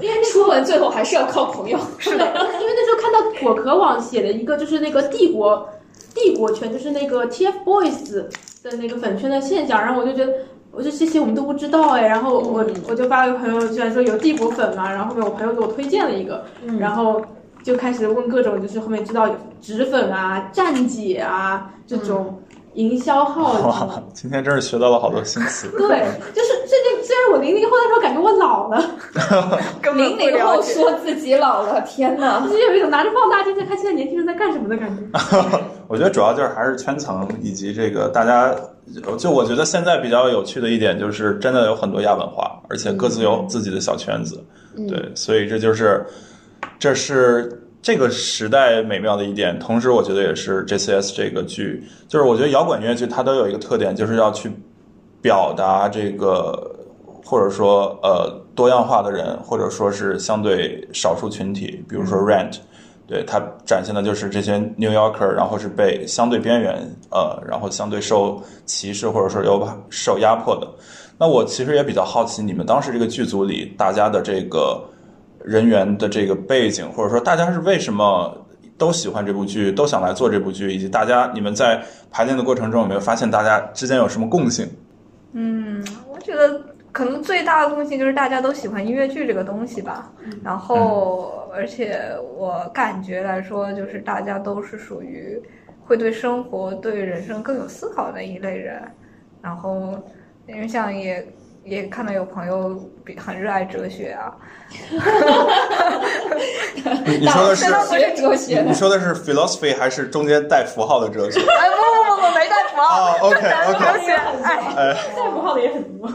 S5: 因为那
S2: 出门最后还是要靠朋友。
S5: 是的， 因为那时候看到果壳网写的一个，就是那个帝国帝国圈，就是那个 TFBOYS 的那个粉圈的现象，然后我就觉得。我就这些我们都不知道哎，然后我
S2: 嗯
S5: 我就发了个朋友圈说有帝国粉嘛，然后后面我朋友给我推荐了一个，
S2: 嗯
S5: 然后就开始问各种就是后面知道有纸粉啊、站姐啊这种营销号
S3: 哇， 今天真是学到了好多新词。
S5: 对，就是甚至虽然我零零后那时候感觉我老了，
S4: 根本
S2: 零
S4: 不了解
S2: 零后说自己老了，天哪！
S5: 就是有一种拿着放大镜在看现在年轻人在干什么的感觉。
S3: 我觉得主要就是还是圈层以及这个大家，就我觉得现在比较有趣的一点就是，真的有很多亚文化，而且各自有自己的小圈子，对，所以这就是这是这个时代美妙的一点。同时，我觉得也是 JCS 这个剧，就是我觉得摇滚音乐剧它都有一个特点，就是要去表达这个或者说呃多样化的人，或者说是相对少数群体，比如说 Rent，、对它展现的就是这些 New Yorker，然后是被相对边缘呃，然后相对受歧视或者说有受压迫的。那我其实也比较好奇，你们当时这个剧组里大家的这个人员的这个背景，或者说大家是为什么都喜欢这部剧，都想来做这部剧，以及大家你们在排练的过程中有没有发现大家之间有什么共性？
S4: 我觉得可能最大的共性就是大家都喜欢音乐剧这个东西吧。然后，而且我感觉来说，就是大家都是属于会对生活、对人生更有思考的一类人。然后，因为像也也看到有朋友比很热爱哲学 啊，
S3: 你你说的是
S4: 大
S2: 学哲学
S3: 你说的是 philosophy 还是中间带符号的哲学？
S4: 哎不不不不，没带符号，
S3: 哦，OK
S4: 正常
S3: OK，
S4: 哲学，哎，
S5: 再不好的也很多。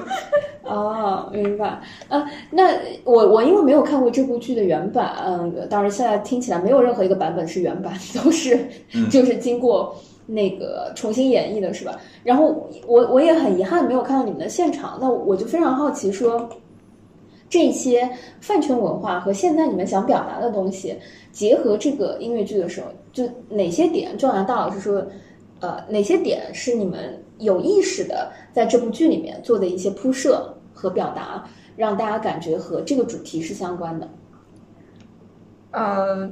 S2: 哦，明白。呃，那我我因为没有看过这部剧的原版，嗯，当然现在听起来没有任何一个版本是原版， 都是 就是经过那个重新演绎的，是吧？然后我我也很遗憾没有看到你们的现场，那我就非常好奇说，这些饭圈文化和现在你们想表达的东西结合这个音乐剧的时候，就哪些点？就好像大老师说，呃，哪些点是你们有意识的在这部剧里面做的一些铺设和表达，让大家感觉和这个主题是相关的？
S4: 呃，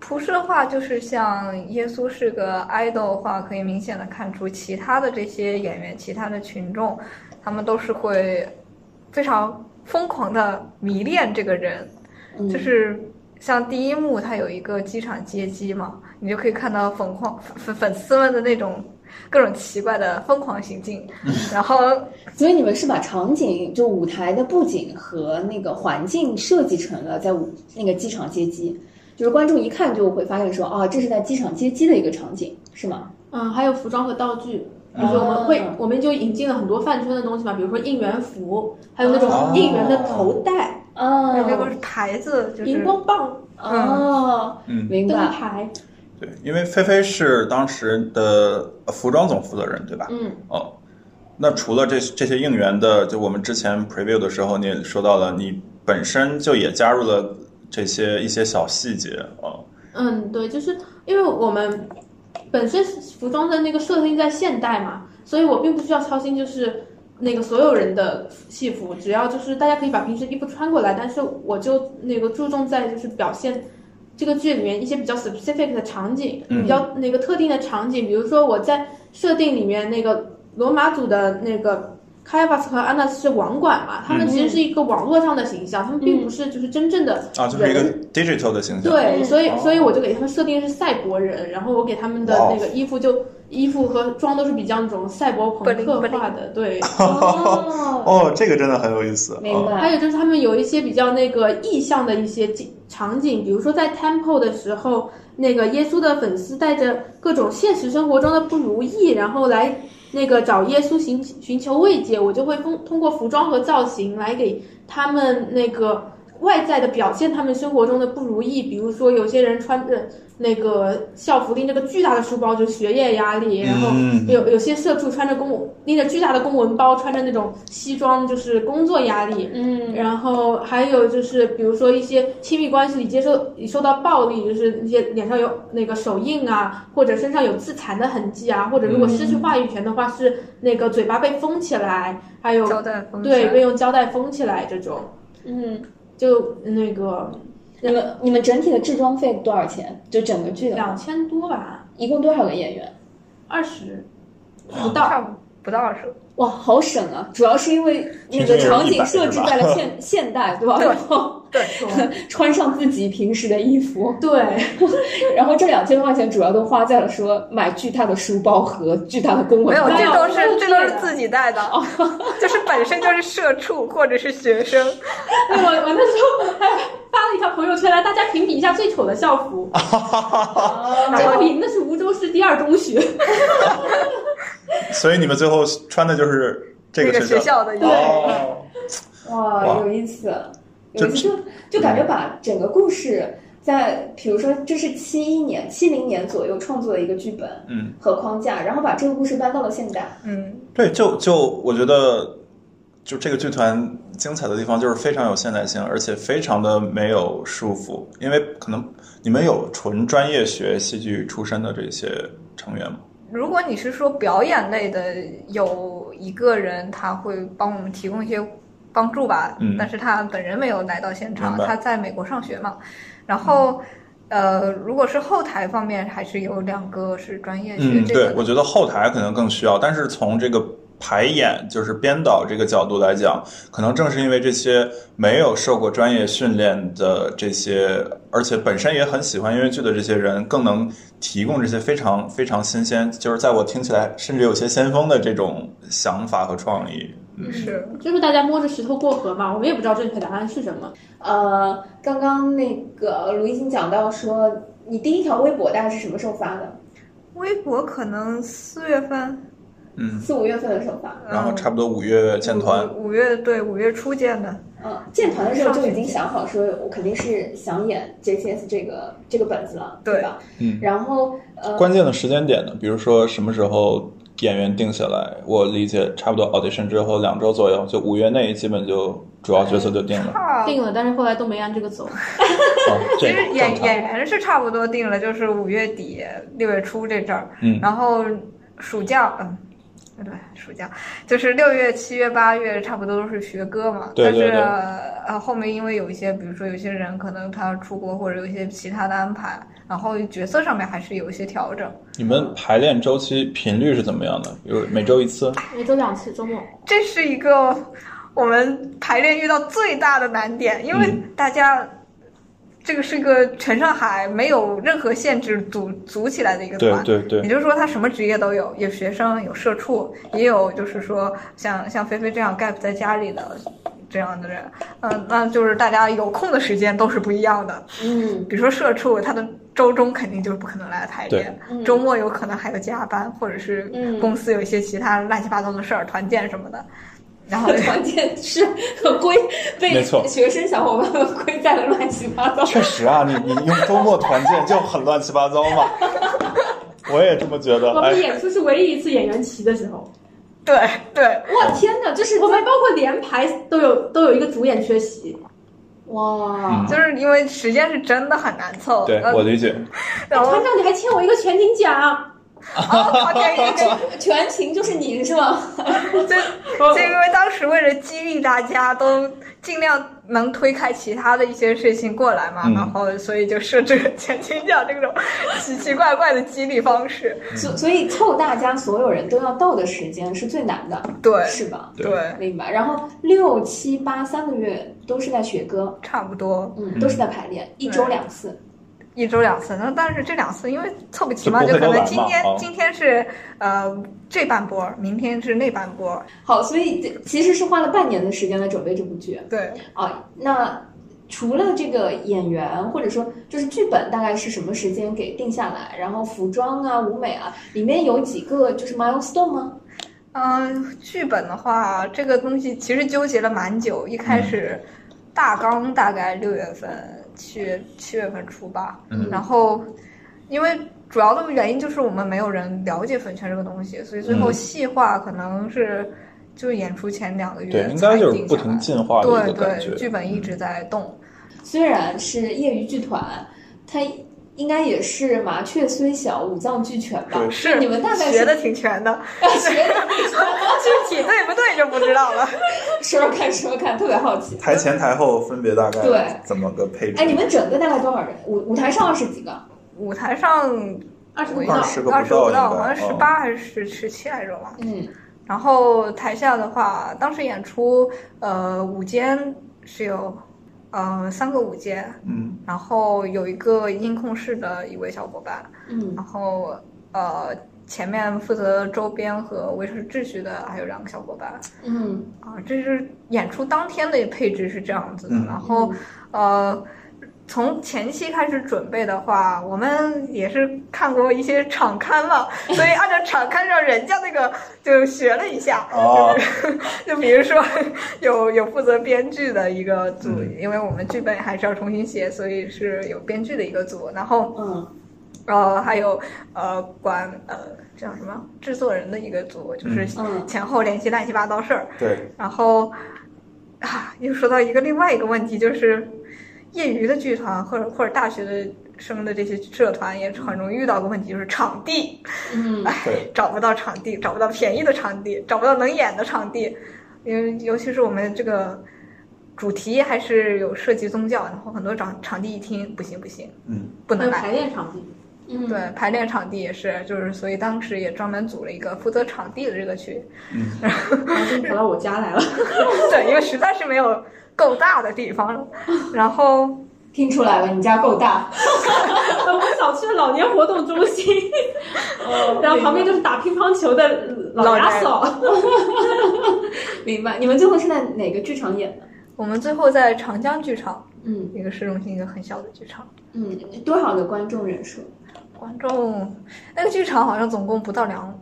S4: 普世的话，就是像耶稣是个 idol 的话，可以明显的看出，其他的这些演员、其他的群众，他们都是会非常疯狂的迷恋这个人，
S2: 嗯
S4: 就是。像第一幕，它有一个机场接机嘛，你就可以看到粉狂粉粉丝们的那种各种奇怪的疯狂行径，
S5: 嗯
S4: 然后
S2: 所以你们是把场景，就舞台的布景和那个环境设计成了在舞那个机场接机，就是观众一哦看就会发现说，啊，这是在机场接机的一个场景，是吗？
S5: 嗯，还有服装和道具，就是我们会
S2: 哦，
S5: 我们就引进了很多饭圈的东西嘛，比如说应援服，还有那种
S3: 哦
S5: 应援的头带、
S2: 哦，
S4: 这个牌子就是
S5: 荧光棒、
S2: 哦，
S3: 嗯
S2: 明
S5: 灯
S2: 白。
S5: 牌，
S3: 对，因为菲菲是当时的呃服装总负责人，对吧？
S5: 嗯，
S3: 哦，那除了这这些应援的，就我们之前 preview 的时候你也说到了，你本身就也加入了这些一些小细节哦。
S5: 嗯，对，就是因为我们本身服装的那个设定在现代嘛，所以我并不需要操心，就是那个所有人的戏服，只要就是大家可以把平时衣服穿过来，但是我就那个注重在就是表现这个剧里面一些比较 specific 的场景，
S3: 嗯
S5: 比较那个特定的场景，比如说我在设定里面那个罗马组的那个。开发斯和安娜斯是网管嘛，他们其实是一个网络上的形象，他们并不是就是真正的
S3: 啊，就是一个
S5: 人
S3: digital 的形象。
S5: 对，
S2: 嗯
S5: 所以
S3: 哦
S5: 所以我就给他们设定是赛博人，然后我给他们的
S3: 哇哦
S5: 那个衣服就衣服和妆都是比较那种赛博朋克化的，对。
S2: 哦，
S3: 哦，这个真的很有意思。
S2: 明
S3: 哦
S5: 还
S2: 白。
S5: 有就是他们有一些比较那个意象的一些景场景，比如说在 temple 的时候，那个耶稣的粉丝带着各种现实生活中的不如意，然后来那个找耶稣寻寻求慰藉，我就会通通过服装和造型来给他们那个外在的表现他们生活中的不如意，比如说有些人穿着那个校服拎着个巨大的书包，就是学业压力，然后
S3: 嗯
S5: 有有些社畜穿着公拎着巨大的公文包，穿着那种西装，就是工作压力。
S2: 嗯，
S5: 然后还有就是，比如说一些亲密关系里接受你受到暴力，就是那些脸上有那个手印啊，或者身上有自残的痕迹啊，或者如果失去话语权的话，是那个嘴巴被封起来，还有
S4: 胶带封
S5: 对
S4: 起来
S5: 被用胶带封起来这种，
S2: 嗯，
S5: 就那个
S2: 你们你们整体的制装费多少钱？就整个剧的话，
S5: 两千多吧，
S2: 一共多少个演员？
S5: 二十不到。
S4: 差不不到二十，
S2: 哇，好省啊！主要是因为那个
S3: 平均有
S2: 场景
S3: 100
S2: 设置
S3: 是吧
S2: 在了现 现代，对吧？
S4: 对
S2: 然后
S4: 对，
S2: 穿上自己平时的衣服，
S5: 对，
S2: 然后这两千多块钱主要都花在了说买巨大的书包和巨大的公
S4: 没
S2: 文
S4: 有，
S2: 包。
S4: 这
S5: 有
S4: 都
S5: 我都
S4: 是
S5: 记
S4: 这都是哦
S5: 得
S4: 自己带的， 就是本身就是社畜或者是学生，
S5: 对我我那时候还发了一条朋友圈来，大家评比一下最丑的校服。最后赢的是梧州市第二中学，
S3: 所以你们最后穿的就是这
S4: 那个学
S3: 学
S4: 校的衣服
S3: 哦，
S2: 哇，
S3: 哇
S2: 有意思，有
S3: 这嗯
S2: 意思，就就感觉把整个故事在，比如说这是七一年、七零年左右创作的一个剧本
S3: 嗯，
S2: 和框架，然后把这个故事搬到了现代。
S4: 嗯，
S3: 对，就就我觉得，就这个剧团精彩的地方就是非常有现代性，而且非常的没有束缚，因为可能你们有纯专业学戏剧出身的这些成员吗？
S4: 如果你是说表演类的，有一个人他会帮我们提供一些帮助吧，
S3: 嗯
S4: 但是他本人没有来到现场，
S3: 明白嗯
S4: 他在美国上学嘛。然后，呃，如果是后台方面，还是有两个是专业学
S3: 嗯，
S4: 这个
S3: 对
S4: 的，，
S3: 我觉得后台可能更需要，但是从这个排演就是编导这个角度来讲，可能正是因为这些没有受过专业训练的这些，而且本身也很喜欢音乐剧的这些人，更能提供这些非常非常新鲜，就是在我听起来甚至有些先锋的这种想法和创意。嗯，
S4: 是
S5: 就是大家摸着石头过河嘛，我们也不知道正确答案是什么。
S2: 呃，刚刚那个卢一金讲到说，你第一条微博大概是什么时候发的？
S4: 微博可能四月份，呃
S2: 四五月份的时候发。
S3: 然
S4: 嗯
S3: 后差不多五月建团，
S4: 五五月对五月初见的，
S2: 嗯，建团的时候就已经想好说，我肯定是想演 JCS 这个这个本子了，
S4: 对
S2: 吧？
S3: 嗯
S2: 然后呃，
S3: 关键的时间点呢，比如说什么时候演员定下来，我理解差不多 audition 之后两周左右，就五月内基本就主要角色就定了。
S4: 差
S5: 定了，但是后来都没按这个走。
S3: 哦，
S4: 其
S3: 这
S4: 实
S3: 个
S4: 演
S3: 正
S4: 演
S3: 常。
S4: 员是差不多定了，就是五月底六月初这阵儿，
S3: 嗯
S4: 然后暑假，嗯，不对，暑假就是六月、七月、八月，差不多都是学歌嘛。
S3: 对对对
S4: 但是呃，后面因为有一些，比如说有些人可能他要出国，或者有一些其他的安排，然后角色上面还是有一些调整。
S3: 你们排练周期频率是怎么样的？比如每周一次？
S5: 每周两次，周末。
S4: 这是一个我们排练遇到最大的难点，因为
S3: 嗯
S4: 大家、这个是一个全上海没有任何限制组组起来的一个
S3: 对
S4: 团，
S3: 对对
S4: 也就是说他什么职业都有，有学生，有社畜，也有就是说像像菲菲这样 gap 在家里的。这样的呃人，嗯、那就是大家有空的时间都是不一样的。
S2: 嗯
S4: 比如说社畜，他的周中肯定就不可能来排练，
S5: 嗯
S4: 周末有可能还有加班，或者是
S5: 嗯
S4: 公司有一些其他乱七八糟的事儿，团建什么 的。然后
S2: 团建是和归被
S3: 没错
S2: 学生小伙伴们归在了乱七八糟。
S3: 确实啊，你你用周末团建就很乱七八糟嘛。我也这么觉得。
S5: 我
S3: 哎
S5: 们，演出是唯一一次演员齐的时候，
S4: 对对，
S2: 哇天哪，这是
S5: 我们包括连排都有都有一个主演缺席，
S2: 哇
S3: 嗯！
S4: 就是因为时间是真的很难凑。
S3: 对
S4: 呃
S3: 我理解。
S4: 然后
S5: 团长你还欠我一个全勤 奖，
S4: 哦，对对对，
S2: 全勤就是您是吗？
S4: 就
S3: 哦
S4: 就因为当时为了激励大家，都尽量能推开其他的一些事情过来嘛，
S3: 嗯
S4: 然后所以就设置了前倾角这种奇奇怪怪的激励方式。
S2: 所所以凑大家所有人都要到的时间是最难的，
S4: 对
S2: 是吧？
S3: 对
S4: 对，
S2: 明白。然后六七八三个月都是在学歌，
S4: 差不多
S2: 嗯，
S3: 嗯
S2: 都是在排练，一周两次。
S4: 一周两次。那但是这两次因为凑不齐嘛，
S3: 就
S4: 就
S3: 不会
S4: 可能
S3: 都来
S4: 今
S3: 嘛
S4: 天
S3: 啊
S4: 今天是呃这半波，明天是那半波。
S2: 好，所以这其实是花了半年的时间来准备这部剧
S4: 对，
S2: 啊。那除了这个演员，或者说就是剧本，大概是什么时间给定下来？然后服装啊、舞美啊，里面有几个就是 milestone 吗？
S4: 嗯、剧本的话，这个东西其实纠结了蛮久。一
S3: 嗯
S4: 开始，大纲大概六月份、七月七月份出吧。
S3: 嗯
S4: 然后，因为主要的原因就是我们没有人了解粉圈这个东西，所以最后
S3: 嗯
S4: 细化可能是就演出前两个月
S3: 对，应该就是
S4: 才定
S3: 不
S4: 下
S3: 停
S4: 来
S3: 进化的一
S4: 对
S3: 个感觉
S4: 对，。剧本一直在动。
S2: 虽然是业余剧团，它应该也是麻雀虽小，五脏俱全吧？
S3: 对
S4: 是
S2: 嗯你们大概
S4: 学
S2: 是
S4: 的挺全 的，
S2: 学的
S4: 具体对不对就不知道了。
S2: 说说看，说说看，特别好奇。
S3: 台前台后分别大概
S2: 对
S3: 怎么个配
S2: 哎，你
S3: 置？
S2: 们整个大概多少人？舞舞台上二十几个？
S4: 舞台上
S5: 二十
S4: 我
S5: 不
S4: 一
S5: 到
S3: 二
S4: 到，
S3: 十个
S4: 二十
S3: 不到
S4: 不到，
S3: 应该
S4: 好像十
S3: 嗯
S4: 八还是十十七来着吧。
S2: 嗯，
S4: 然后台下的话，当时演出呃舞间是有呃三个舞间，
S3: 嗯，
S4: 然后有一个音控室的一位小伙伴，
S2: 嗯
S4: 然后呃前面负责周边和维持秩序的还有两个小伙伴
S2: 嗯
S4: 啊、这是演出当天的配置是这样子的，
S3: 嗯
S4: 然后。呃，从前期开始准备的话，我们也是看过一些场刊嘛，所以按照场刊上人家那个就学了一下。
S3: 哦，
S4: 就比如说有有负责编剧的一个组，
S3: 嗯
S4: 因为我们剧本还是要重新写，所以是有编剧的一个组。然后
S2: 嗯
S4: 呃，还有呃管呃这叫什么制作人的一个组，就是
S2: 嗯
S4: 前后联系乱七八糟事儿。
S3: 对，
S4: 然后啊，又说到一个另外一个问题，就是业余的剧团或者或者大学的生的这些社团也很容易遇到个问题，就是场地，
S2: 嗯
S3: 对，
S4: 找不到场地，找不到便宜的场地，找不到能演的场地，因为尤其是我们这个。主题还是有涉及宗教，然后很多场场地一听不行不行，
S3: 嗯，
S4: 不
S5: 还
S4: 能
S5: 有
S4: 来
S5: 排。练场地，
S2: 嗯，
S4: 对，排练场地也是，就是所以当时也专门组了一个负责场地的这个区，
S5: 然后就跑到我家来了。
S4: 对，因为实在是没有够大的地 方了。然后
S2: 听出来了，你家够大。
S5: 我们小区的老年活动中心， 然后旁边就是打乒乓球的哦老牙嫂。
S2: 明白。你们最后是在哪个剧场演的？
S4: 我们最后在长江剧场，
S2: 嗯
S4: 一个市中心一个很小的剧场，
S2: 嗯，多少个观众人数？
S4: 观众那个剧场好像总共不到两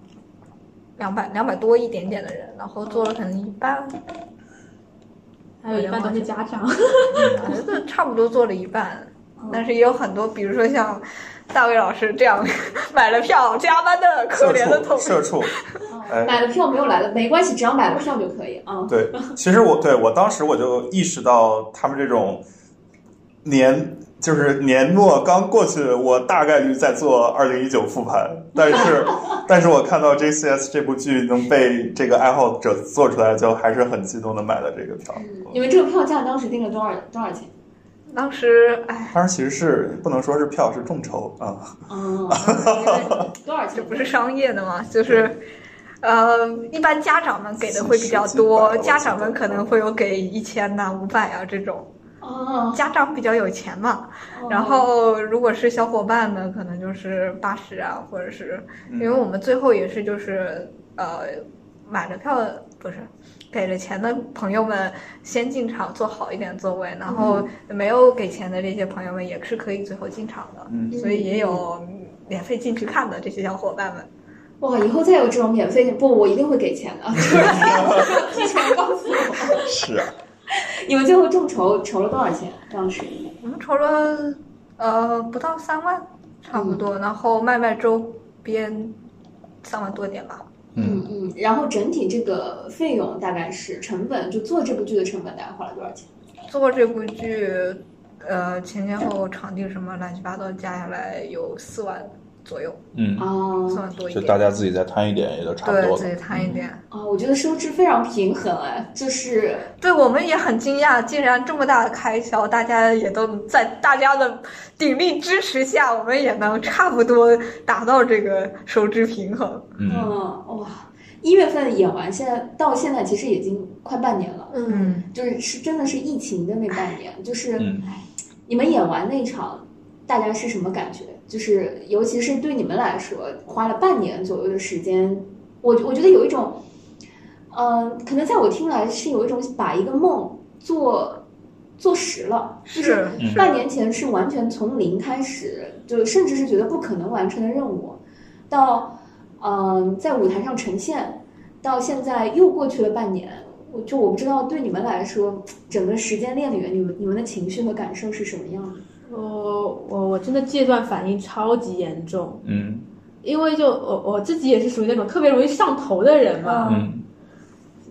S4: 两百两百多一点点的人，然后坐了可能一半，
S5: 还有一半都是家长，
S4: 反正就差不多坐了一半。但是也有很多，比如说像大卫老师这样买了票加班的可
S3: 社
S4: 怜的同
S3: 畜，
S4: 事
S3: 社，畜，哎，
S2: 买了票没有来的没关系，只要买了票就可以啊。
S3: 对，其实我对我当时我就意识到他们这种年就是年末刚过去，我大概率在做二零一九复盘，但是但是我看到 JCS 这部剧能被这个爱好者做出来，就还是很激动的买了这个票。
S2: 你们这个票价当时定了多少多少钱？
S4: 当时哎，
S3: 当然，其实是不能说是票，是众筹啊，
S2: 嗯，多少钱？
S4: 这不是商业的嘛，就是。呃，一般家长们给的会比较多，
S3: 是是是
S4: 家长们可能会有给一千呐、五百啊这种，
S2: 哦，
S4: 家长比较有钱嘛，
S2: 哦
S4: 然后如果是小伙伴们，可
S3: 嗯
S4: 能就是八十啊，或者是因为我们最后也是就是呃买了票不是。给了钱的朋友们先进场坐好一点座位，然后没有给钱的这些朋友们也是可以最后进场的，
S3: 嗯
S4: 所以也有免费进去看的这些小伙伴们。
S2: 哇，以后再有这种免费的，不，我一定会给钱的。 提前告诉我，
S3: 是啊，
S2: 你们最后众筹筹了多少钱？当时
S4: 我们筹了呃不到三万，差不多，然后卖卖周边三万多点吧。
S2: 嗯嗯，然后整体这个费用大概是成本，就做这部剧的成本大概花了多少钱？
S4: 做这部剧，呃前前后后场地什么乱七八糟加下来有四万左右，
S3: 嗯，
S2: 啊
S4: 四万多一
S3: 就
S4: 点。
S3: 大家自己再摊一点也就差不
S4: 对
S3: 多
S4: 自
S3: 了。嗯
S4: 己摊一点。
S2: 啊，我觉得收支非常平衡哎，就是
S4: 对我们也很惊讶，竟然这么大的开销，大家也都在大家的鼎力支持下，我们也能差不多达到这个收支平衡。
S3: 嗯，
S2: 嗯哇，一月份演完，现在到现在其实已经快半年了，
S5: 嗯，，
S2: 就是是真的是疫情的那半年，就是
S3: 嗯
S2: 你们演完那场，大家是什么感觉？就是尤其是对你们来说，花了半年左右的时间，我我觉得有一种，嗯、可能在我听来是有一种把一个梦做做实了，就是
S4: 是
S3: 嗯
S2: 半年前是完全从零开始，就甚至是觉得不可能完成的任务，到嗯、呃在舞台上呈现，到现在又过去了半年，我就我不知道对你们来说，整个时间链里面，你们你们的情绪和感受是什么样的？
S5: 我我我真的戒断反应超级严重，
S3: 嗯
S5: 因为就我我自己也是属于那种特别容易上头的人嘛，
S3: 嗯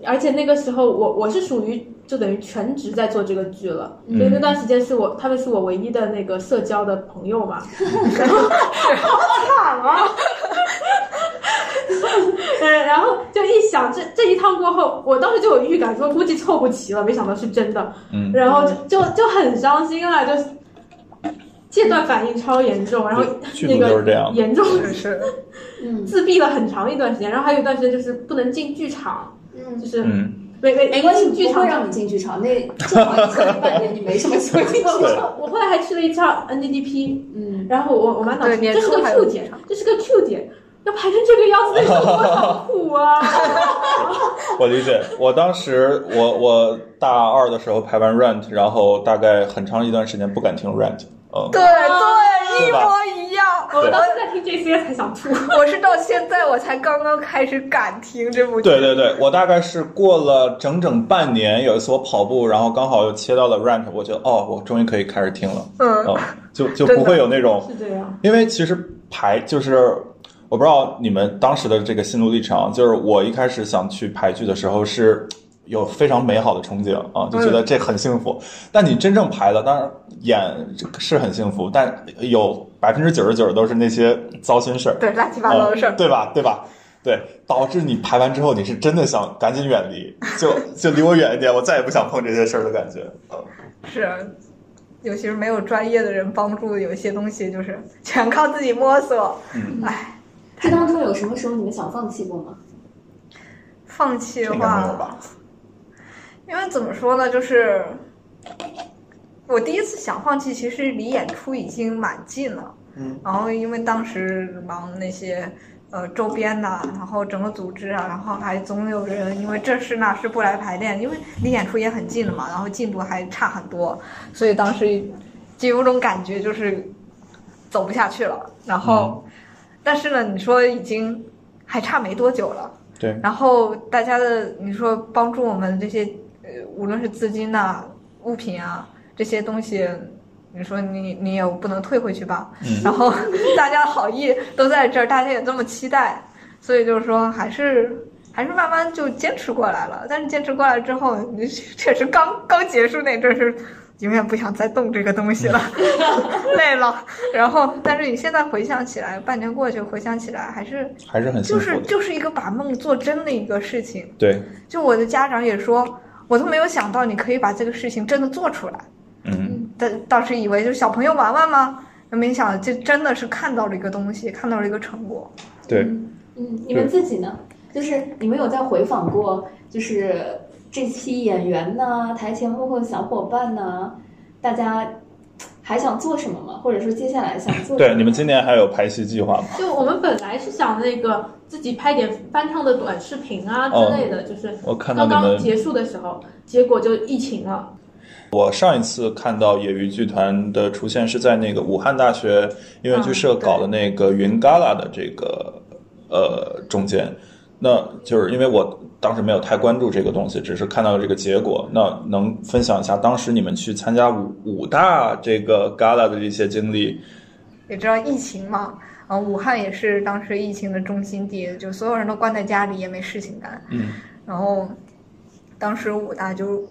S5: 而且那个时候我我是属于就等于全职在做这个剧了，
S3: 嗯
S5: 所以那段时间是我他们是我唯一的那个社交的朋友嘛，
S4: 惨了，
S5: 嗯，然后就一想这这一趟过后，我当时就有预感说估计凑不齐了，没想到是真的，
S3: 嗯
S5: 然后就就就很伤心啊，就是戒断反应超严重，然后
S3: 对剧
S5: 那
S3: 组就是这
S5: 个
S3: 样
S5: 严重
S4: 是是，
S2: 嗯
S5: 自闭了很长一段时间，然后还有一段时间就是不能进剧场，就
S2: 嗯，
S5: 是
S3: 嗯，
S5: 没没
S2: 没关系，
S5: 进剧
S2: 不
S5: 场
S2: 会。让你进剧 场。那正好你前半年你没什么机会 进剧场。
S5: 我后来还去了一趟 NDDP，
S2: 嗯，
S5: 然后我我满脑子
S4: 对
S5: 这是个
S4: 年初还有
S5: Q 点，这是个 Q 点，要排成这个样子，那我 好苦啊！
S3: 我理解。我当时我我大二的时候排完 Rent，然后大概很长一段时间不敢听 Rent，嗯，
S4: 对
S3: 啊
S4: 对，一模一样。
S5: 我当时在听 JCS 还想吐，
S4: 我是到现在我才刚刚开始敢听这部剧，
S3: 对对对，我大概是过了整整半年，有一次我跑步，然后刚好又切到了 Rant，我觉得哦，我终于可以开始听了，
S4: 嗯
S3: 就就
S4: 真的
S3: 不会有那种，
S5: 是这样。
S3: 因为其实排就是我不知道你们当时的这个心路历程，就是我一开始想去排剧的时候是。有非常美好的憧憬
S4: 嗯
S3: 啊，就觉得这很幸福。但你真正排了，当然演是很幸福，但有百分之九十九都是那些糟心事儿。
S4: 对乱七八糟的事儿
S3: 呃，对吧？对吧？对，导致你排完之后，你是真的想赶紧远离，就 就离我远一点，我再也不想碰这些事儿的感觉。嗯
S4: 是。尤其是没有专业的人帮助，有一些东西就是全靠自己摸索。
S3: 嗯
S4: 哎，
S2: 这当中有什么时候你们想放弃过吗？
S4: 放弃
S3: 这
S4: 的
S3: 应该
S4: 话，
S3: 没有吧？
S4: 因为怎么说呢，就是我第一次想放弃，其实离演出已经蛮近了。
S3: 嗯，
S4: 然后因为当时忙那些呃周边呐、然后整个组织啊，然后还总有人因为这事那事不来排练，因为离演出也很近了嘛，然后进度还差很多，所以当时就有种感觉就是走不下去了。然后，
S3: 嗯
S4: 但是呢，你说已经还差没多久了。
S3: 对，
S4: 然后大家的你说帮助我们这些，呃，无论是资金呐、物品啊这些东西，你说你你也不能退回去吧？
S3: 嗯
S4: 然后大家好意都在这儿，大家也这么期待，所以就是说还是。还是慢慢就坚持过来了，但是坚持过来之后，你确实刚 刚结束那阵儿是永远不想再动这个东西 了，累了。然后，但是你现在回想起来，半年过去回想起来，还是
S3: 还是很幸
S4: 就
S3: 福
S4: 是
S3: 的。
S4: 就是一个把梦做真的一个事情。
S3: 对，
S4: 就我的家长也说，我都没有想到你可以把这个事情真的做出来。
S3: 嗯
S4: 但当时以为就是小朋友玩玩嘛，没想到这真的是看到了一个东西，看到了一个成果。
S3: 对，
S2: 嗯，你们自己呢？就是你们有在回访过，就是这期演员呢、台前幕后小伙伴呢，大家还想做什么吗？或者说接下来想做什么？
S3: 对，你们今年还有排戏计划吗？
S5: 就我们本来是想那个自己拍点翻唱的短视频啊
S3: 哦
S5: 之类的，就是
S3: 我看到
S5: 刚
S3: 你
S5: 刚
S3: 们
S5: 结束的时候，结果就疫情了。
S3: 我上一次看到野鱼剧团的出现是在那个武汉大
S5: 啊
S3: 学音乐剧社搞的那个云 gala 的这个呃中间，那就是因为我当时没有太关注这个东西，只是看到了这个结果。那能分享一下当时你们去参加武武大这个 gala 的一些经历？
S4: 也知道疫情嘛，啊，武汉也是当时疫情的中心地，就所有人都关在家里，也没事情干。
S3: 嗯，
S4: 然后当时武大就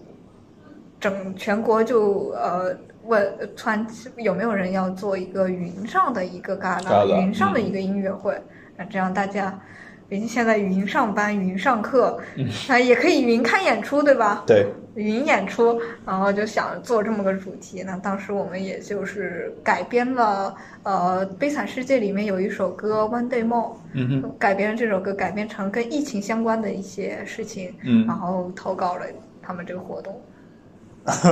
S4: 整全国就呃问传有没有人要做一个云上的一个旮旯，
S3: 旮旯
S4: 云上的
S3: 嗯
S4: 一个音乐会，那、这样大家。毕竟现在云上班、云上课，那、也可以云看演出，对吧？
S3: 对，
S4: 云演出，然后就想做这么个主题。那当时我们也就是改编了，呃，《悲惨世界》里面有一首歌《One Day More
S3: 嗯》，哼，
S4: 改编了这首歌，改编成跟疫情相关的一些事情，
S3: 嗯
S4: 然后投稿了他们这个 活动，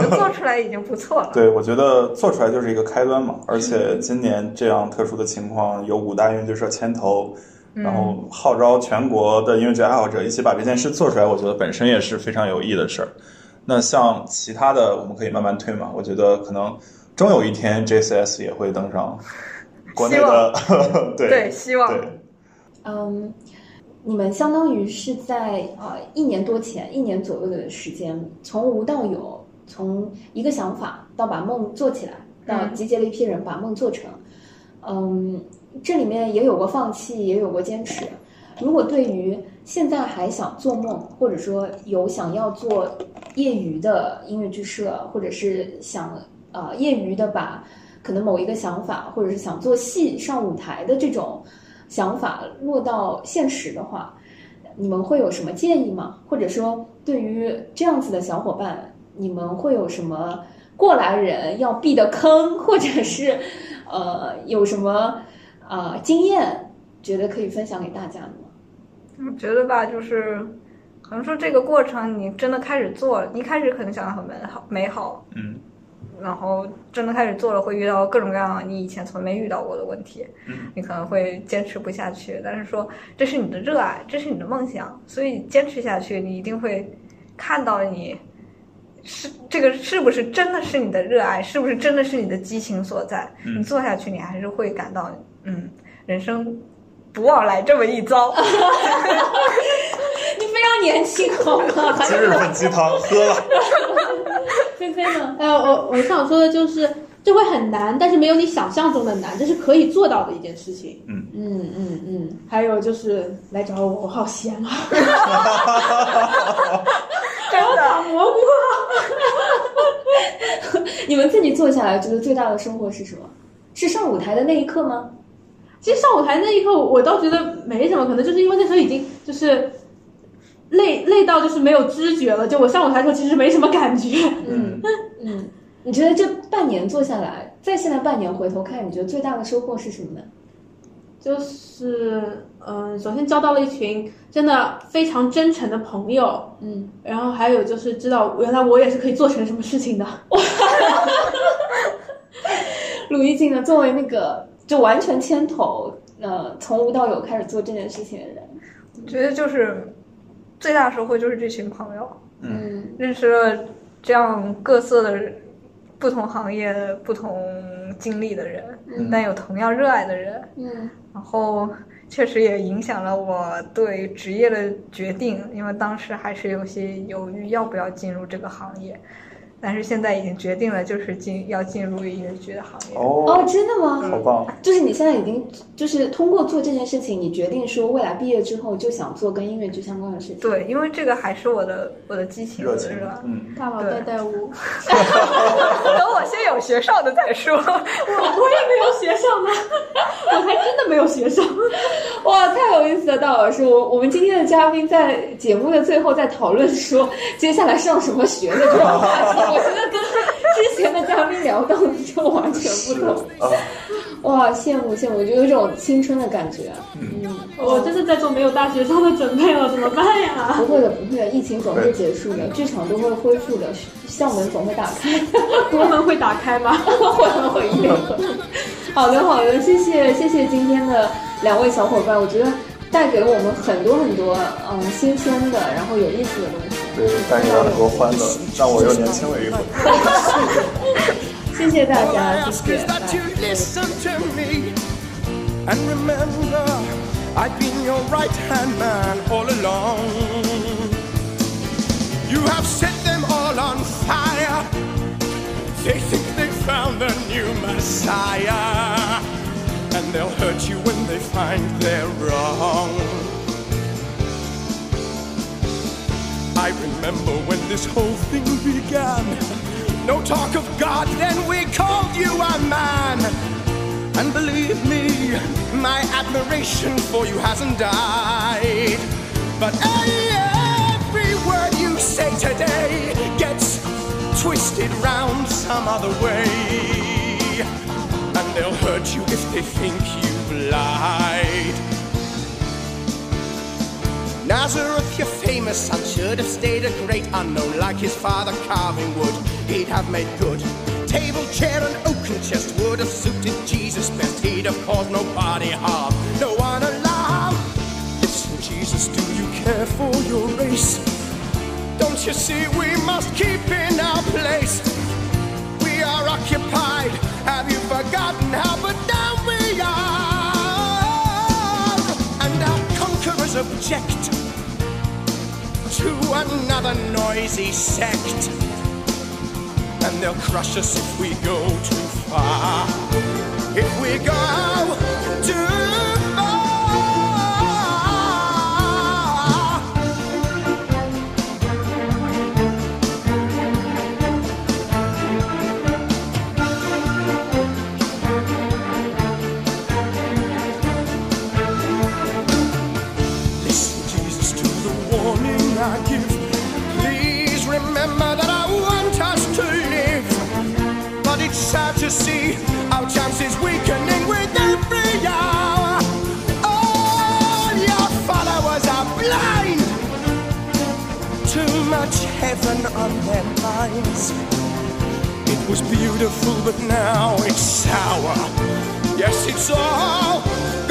S4: 就做出来已经不错了。
S3: 对，我觉得做出来就是一个开端嘛。而且今年这样特殊的情况，有五大音乐剧社牵头，
S4: 嗯
S3: 然后号召全国的音乐剧爱好者一起把这件事做出来，我觉得本身也是非常有意义的事儿。那像其他的，我们可以慢慢推嘛。我觉得可能终有一天 JCS 也会登上国内的， 对
S4: 对，希望
S3: 对
S2: 嗯，你们相当于是在呃一年多前，一年左右的时间，从无到有，从一个想法到把梦做起来，到
S4: 嗯
S2: 集结了一批人把梦做成。嗯，这里面也有过放弃，也有过坚持。如果对于现在还想做梦，或者说有想要做业余的音乐剧社，或者是想呃业余的把可能某一个想法，或者是想做戏上舞台的这种想法落到现实的话，你们会有什么建议吗？或者说，对于这样子的小伙伴，你们会有什么过来人要避的坑，或者是呃有什么呃经验，觉得可以分享给大家的吗？
S4: 我觉得吧，就是可能说这个过程，你真的开始做了，一开始可能想的很美好，美好，
S3: 嗯
S4: 然后真的开始做了，会遇到各种各样你以前从没遇到过的问题，
S3: 嗯
S4: 你可能会坚持不下去。但是说这是你的热爱，这是你的梦想，所以坚持下去，你一定会看到你是这个是不是真的是你的热爱，是不是真的是你的激情所在。
S3: 嗯
S4: 你做下去，你还是会感到嗯，人生不枉来这么一遭。
S2: 你非常年轻好吗？
S3: 今日份鸡汤喝了，
S2: 菲菲呢？
S5: 呃，我我想说的就是，这会很难，但是没有你想象中的难，这是可以做到的一件事情。
S2: 嗯嗯嗯，
S5: 还有就是来找我，我好闲啊，
S4: 真的，
S5: 蘑菇。
S2: 你们自己做下来，觉得最大的收获是什么？是上舞台的那一刻吗？
S5: 其实上舞台那一刻，我倒觉得没什么，可能就是因为那时候已经就是累累到就是没有知觉了。就我上舞台的时候，其实没什么感觉。
S3: 嗯，
S2: 嗯，你觉得这半年做下来，在现在半年回头看，你觉得最大的收获是什么呢？
S5: 就是嗯、首先交到了一群真的非常真诚的朋友，
S2: 嗯，
S5: 然后还有就是知道原来我也是可以做成什么事情的。
S2: 鲁艺静呢，作为那个就完全牵头，呃，从无到有开始做这件事情的人，
S4: 觉得就是最大收获就是这群朋友。
S2: 嗯
S4: 认识了这样各色的不同行业、不同经历的人，
S3: 嗯
S4: 但有同样热爱的人，
S2: 嗯
S4: 然后确实也影响了我对职业的决定，因为当时还是有些犹豫要不要进入这个行业，但是现在已经决定了，就是进要进入音乐剧的行业。
S2: 哦，
S3: 哦，
S2: 真的吗？
S3: 好棒，
S2: 就是你现在已经就是通过做这件事情，你决定说未来毕业之后就想做跟音乐剧相关的事情。
S4: 对，因为这个还是我的我的激情，
S3: 热情
S4: 是吧，？
S3: 嗯，
S5: 大佬
S4: 对
S5: 带带我，
S4: 等我先有学上的再说。
S5: 我也没有学上 呢，我还真的没有学上。
S2: 哇，太有意思了，大老师！我我们今天的嘉宾在节目的最后在讨论说接下来上什么学的这种话题，我觉得跟之前的嘉宾聊到的就完全不
S3: 是
S2: 同。
S3: 啊，
S2: 哇，羡慕羡慕，我就有一种青春的感觉。啊
S5: 我这是在做没有大学生的准备了，怎么办呀？
S2: 不会的，不会的，疫情总会结束的，剧场都会恢复的，校门总会打开。
S5: 国门会打开吗？
S2: 会会会，一定会。 好的好的，谢谢谢谢今天的两位小伙伴，我觉得带给了我们很多很多嗯新鲜的，然后有意思的东西。
S3: 对，带给我很多欢乐，让我又年轻了一回。
S2: 谢谢大
S1: All I
S2: 家，
S1: ask
S2: 谢
S1: is
S2: 谢，
S1: that
S2: 拜
S1: you。listen to me. And remember, I've been your right hand man all along. You have set them all on fire. They think they found the new Messiah. And they'll hurt you when they find they're wrong. I remember when this whole thing began. No talk of God, then we called you a man. And believe me, my admiration for you hasn't died. But every word you say today gets twisted round some other way. And they'll hurt you if they think you've lied. Nazareth, your famous son, should have stayed a great unknown like his father carving wood. He'd have made good. Table, chair, and oaken chest would have suited Jesus best. He'd have caused nobody harm, no one alarm. Listen, Jesus, do you care for your race? Don't you see we must keep in our place? We are occupied. Have you forgotten how but down we are? And our conquerors object to another noisy sect. And they'll crush us if we go too far. If we go too far. Listen, Jesus, to the warning I give. Please remember that I want us to live. But it's sad to see our chances weakening with every hour. All your followers are blind. Too much heaven on their minds. It was beautiful, but now it's sour. Yes, it's all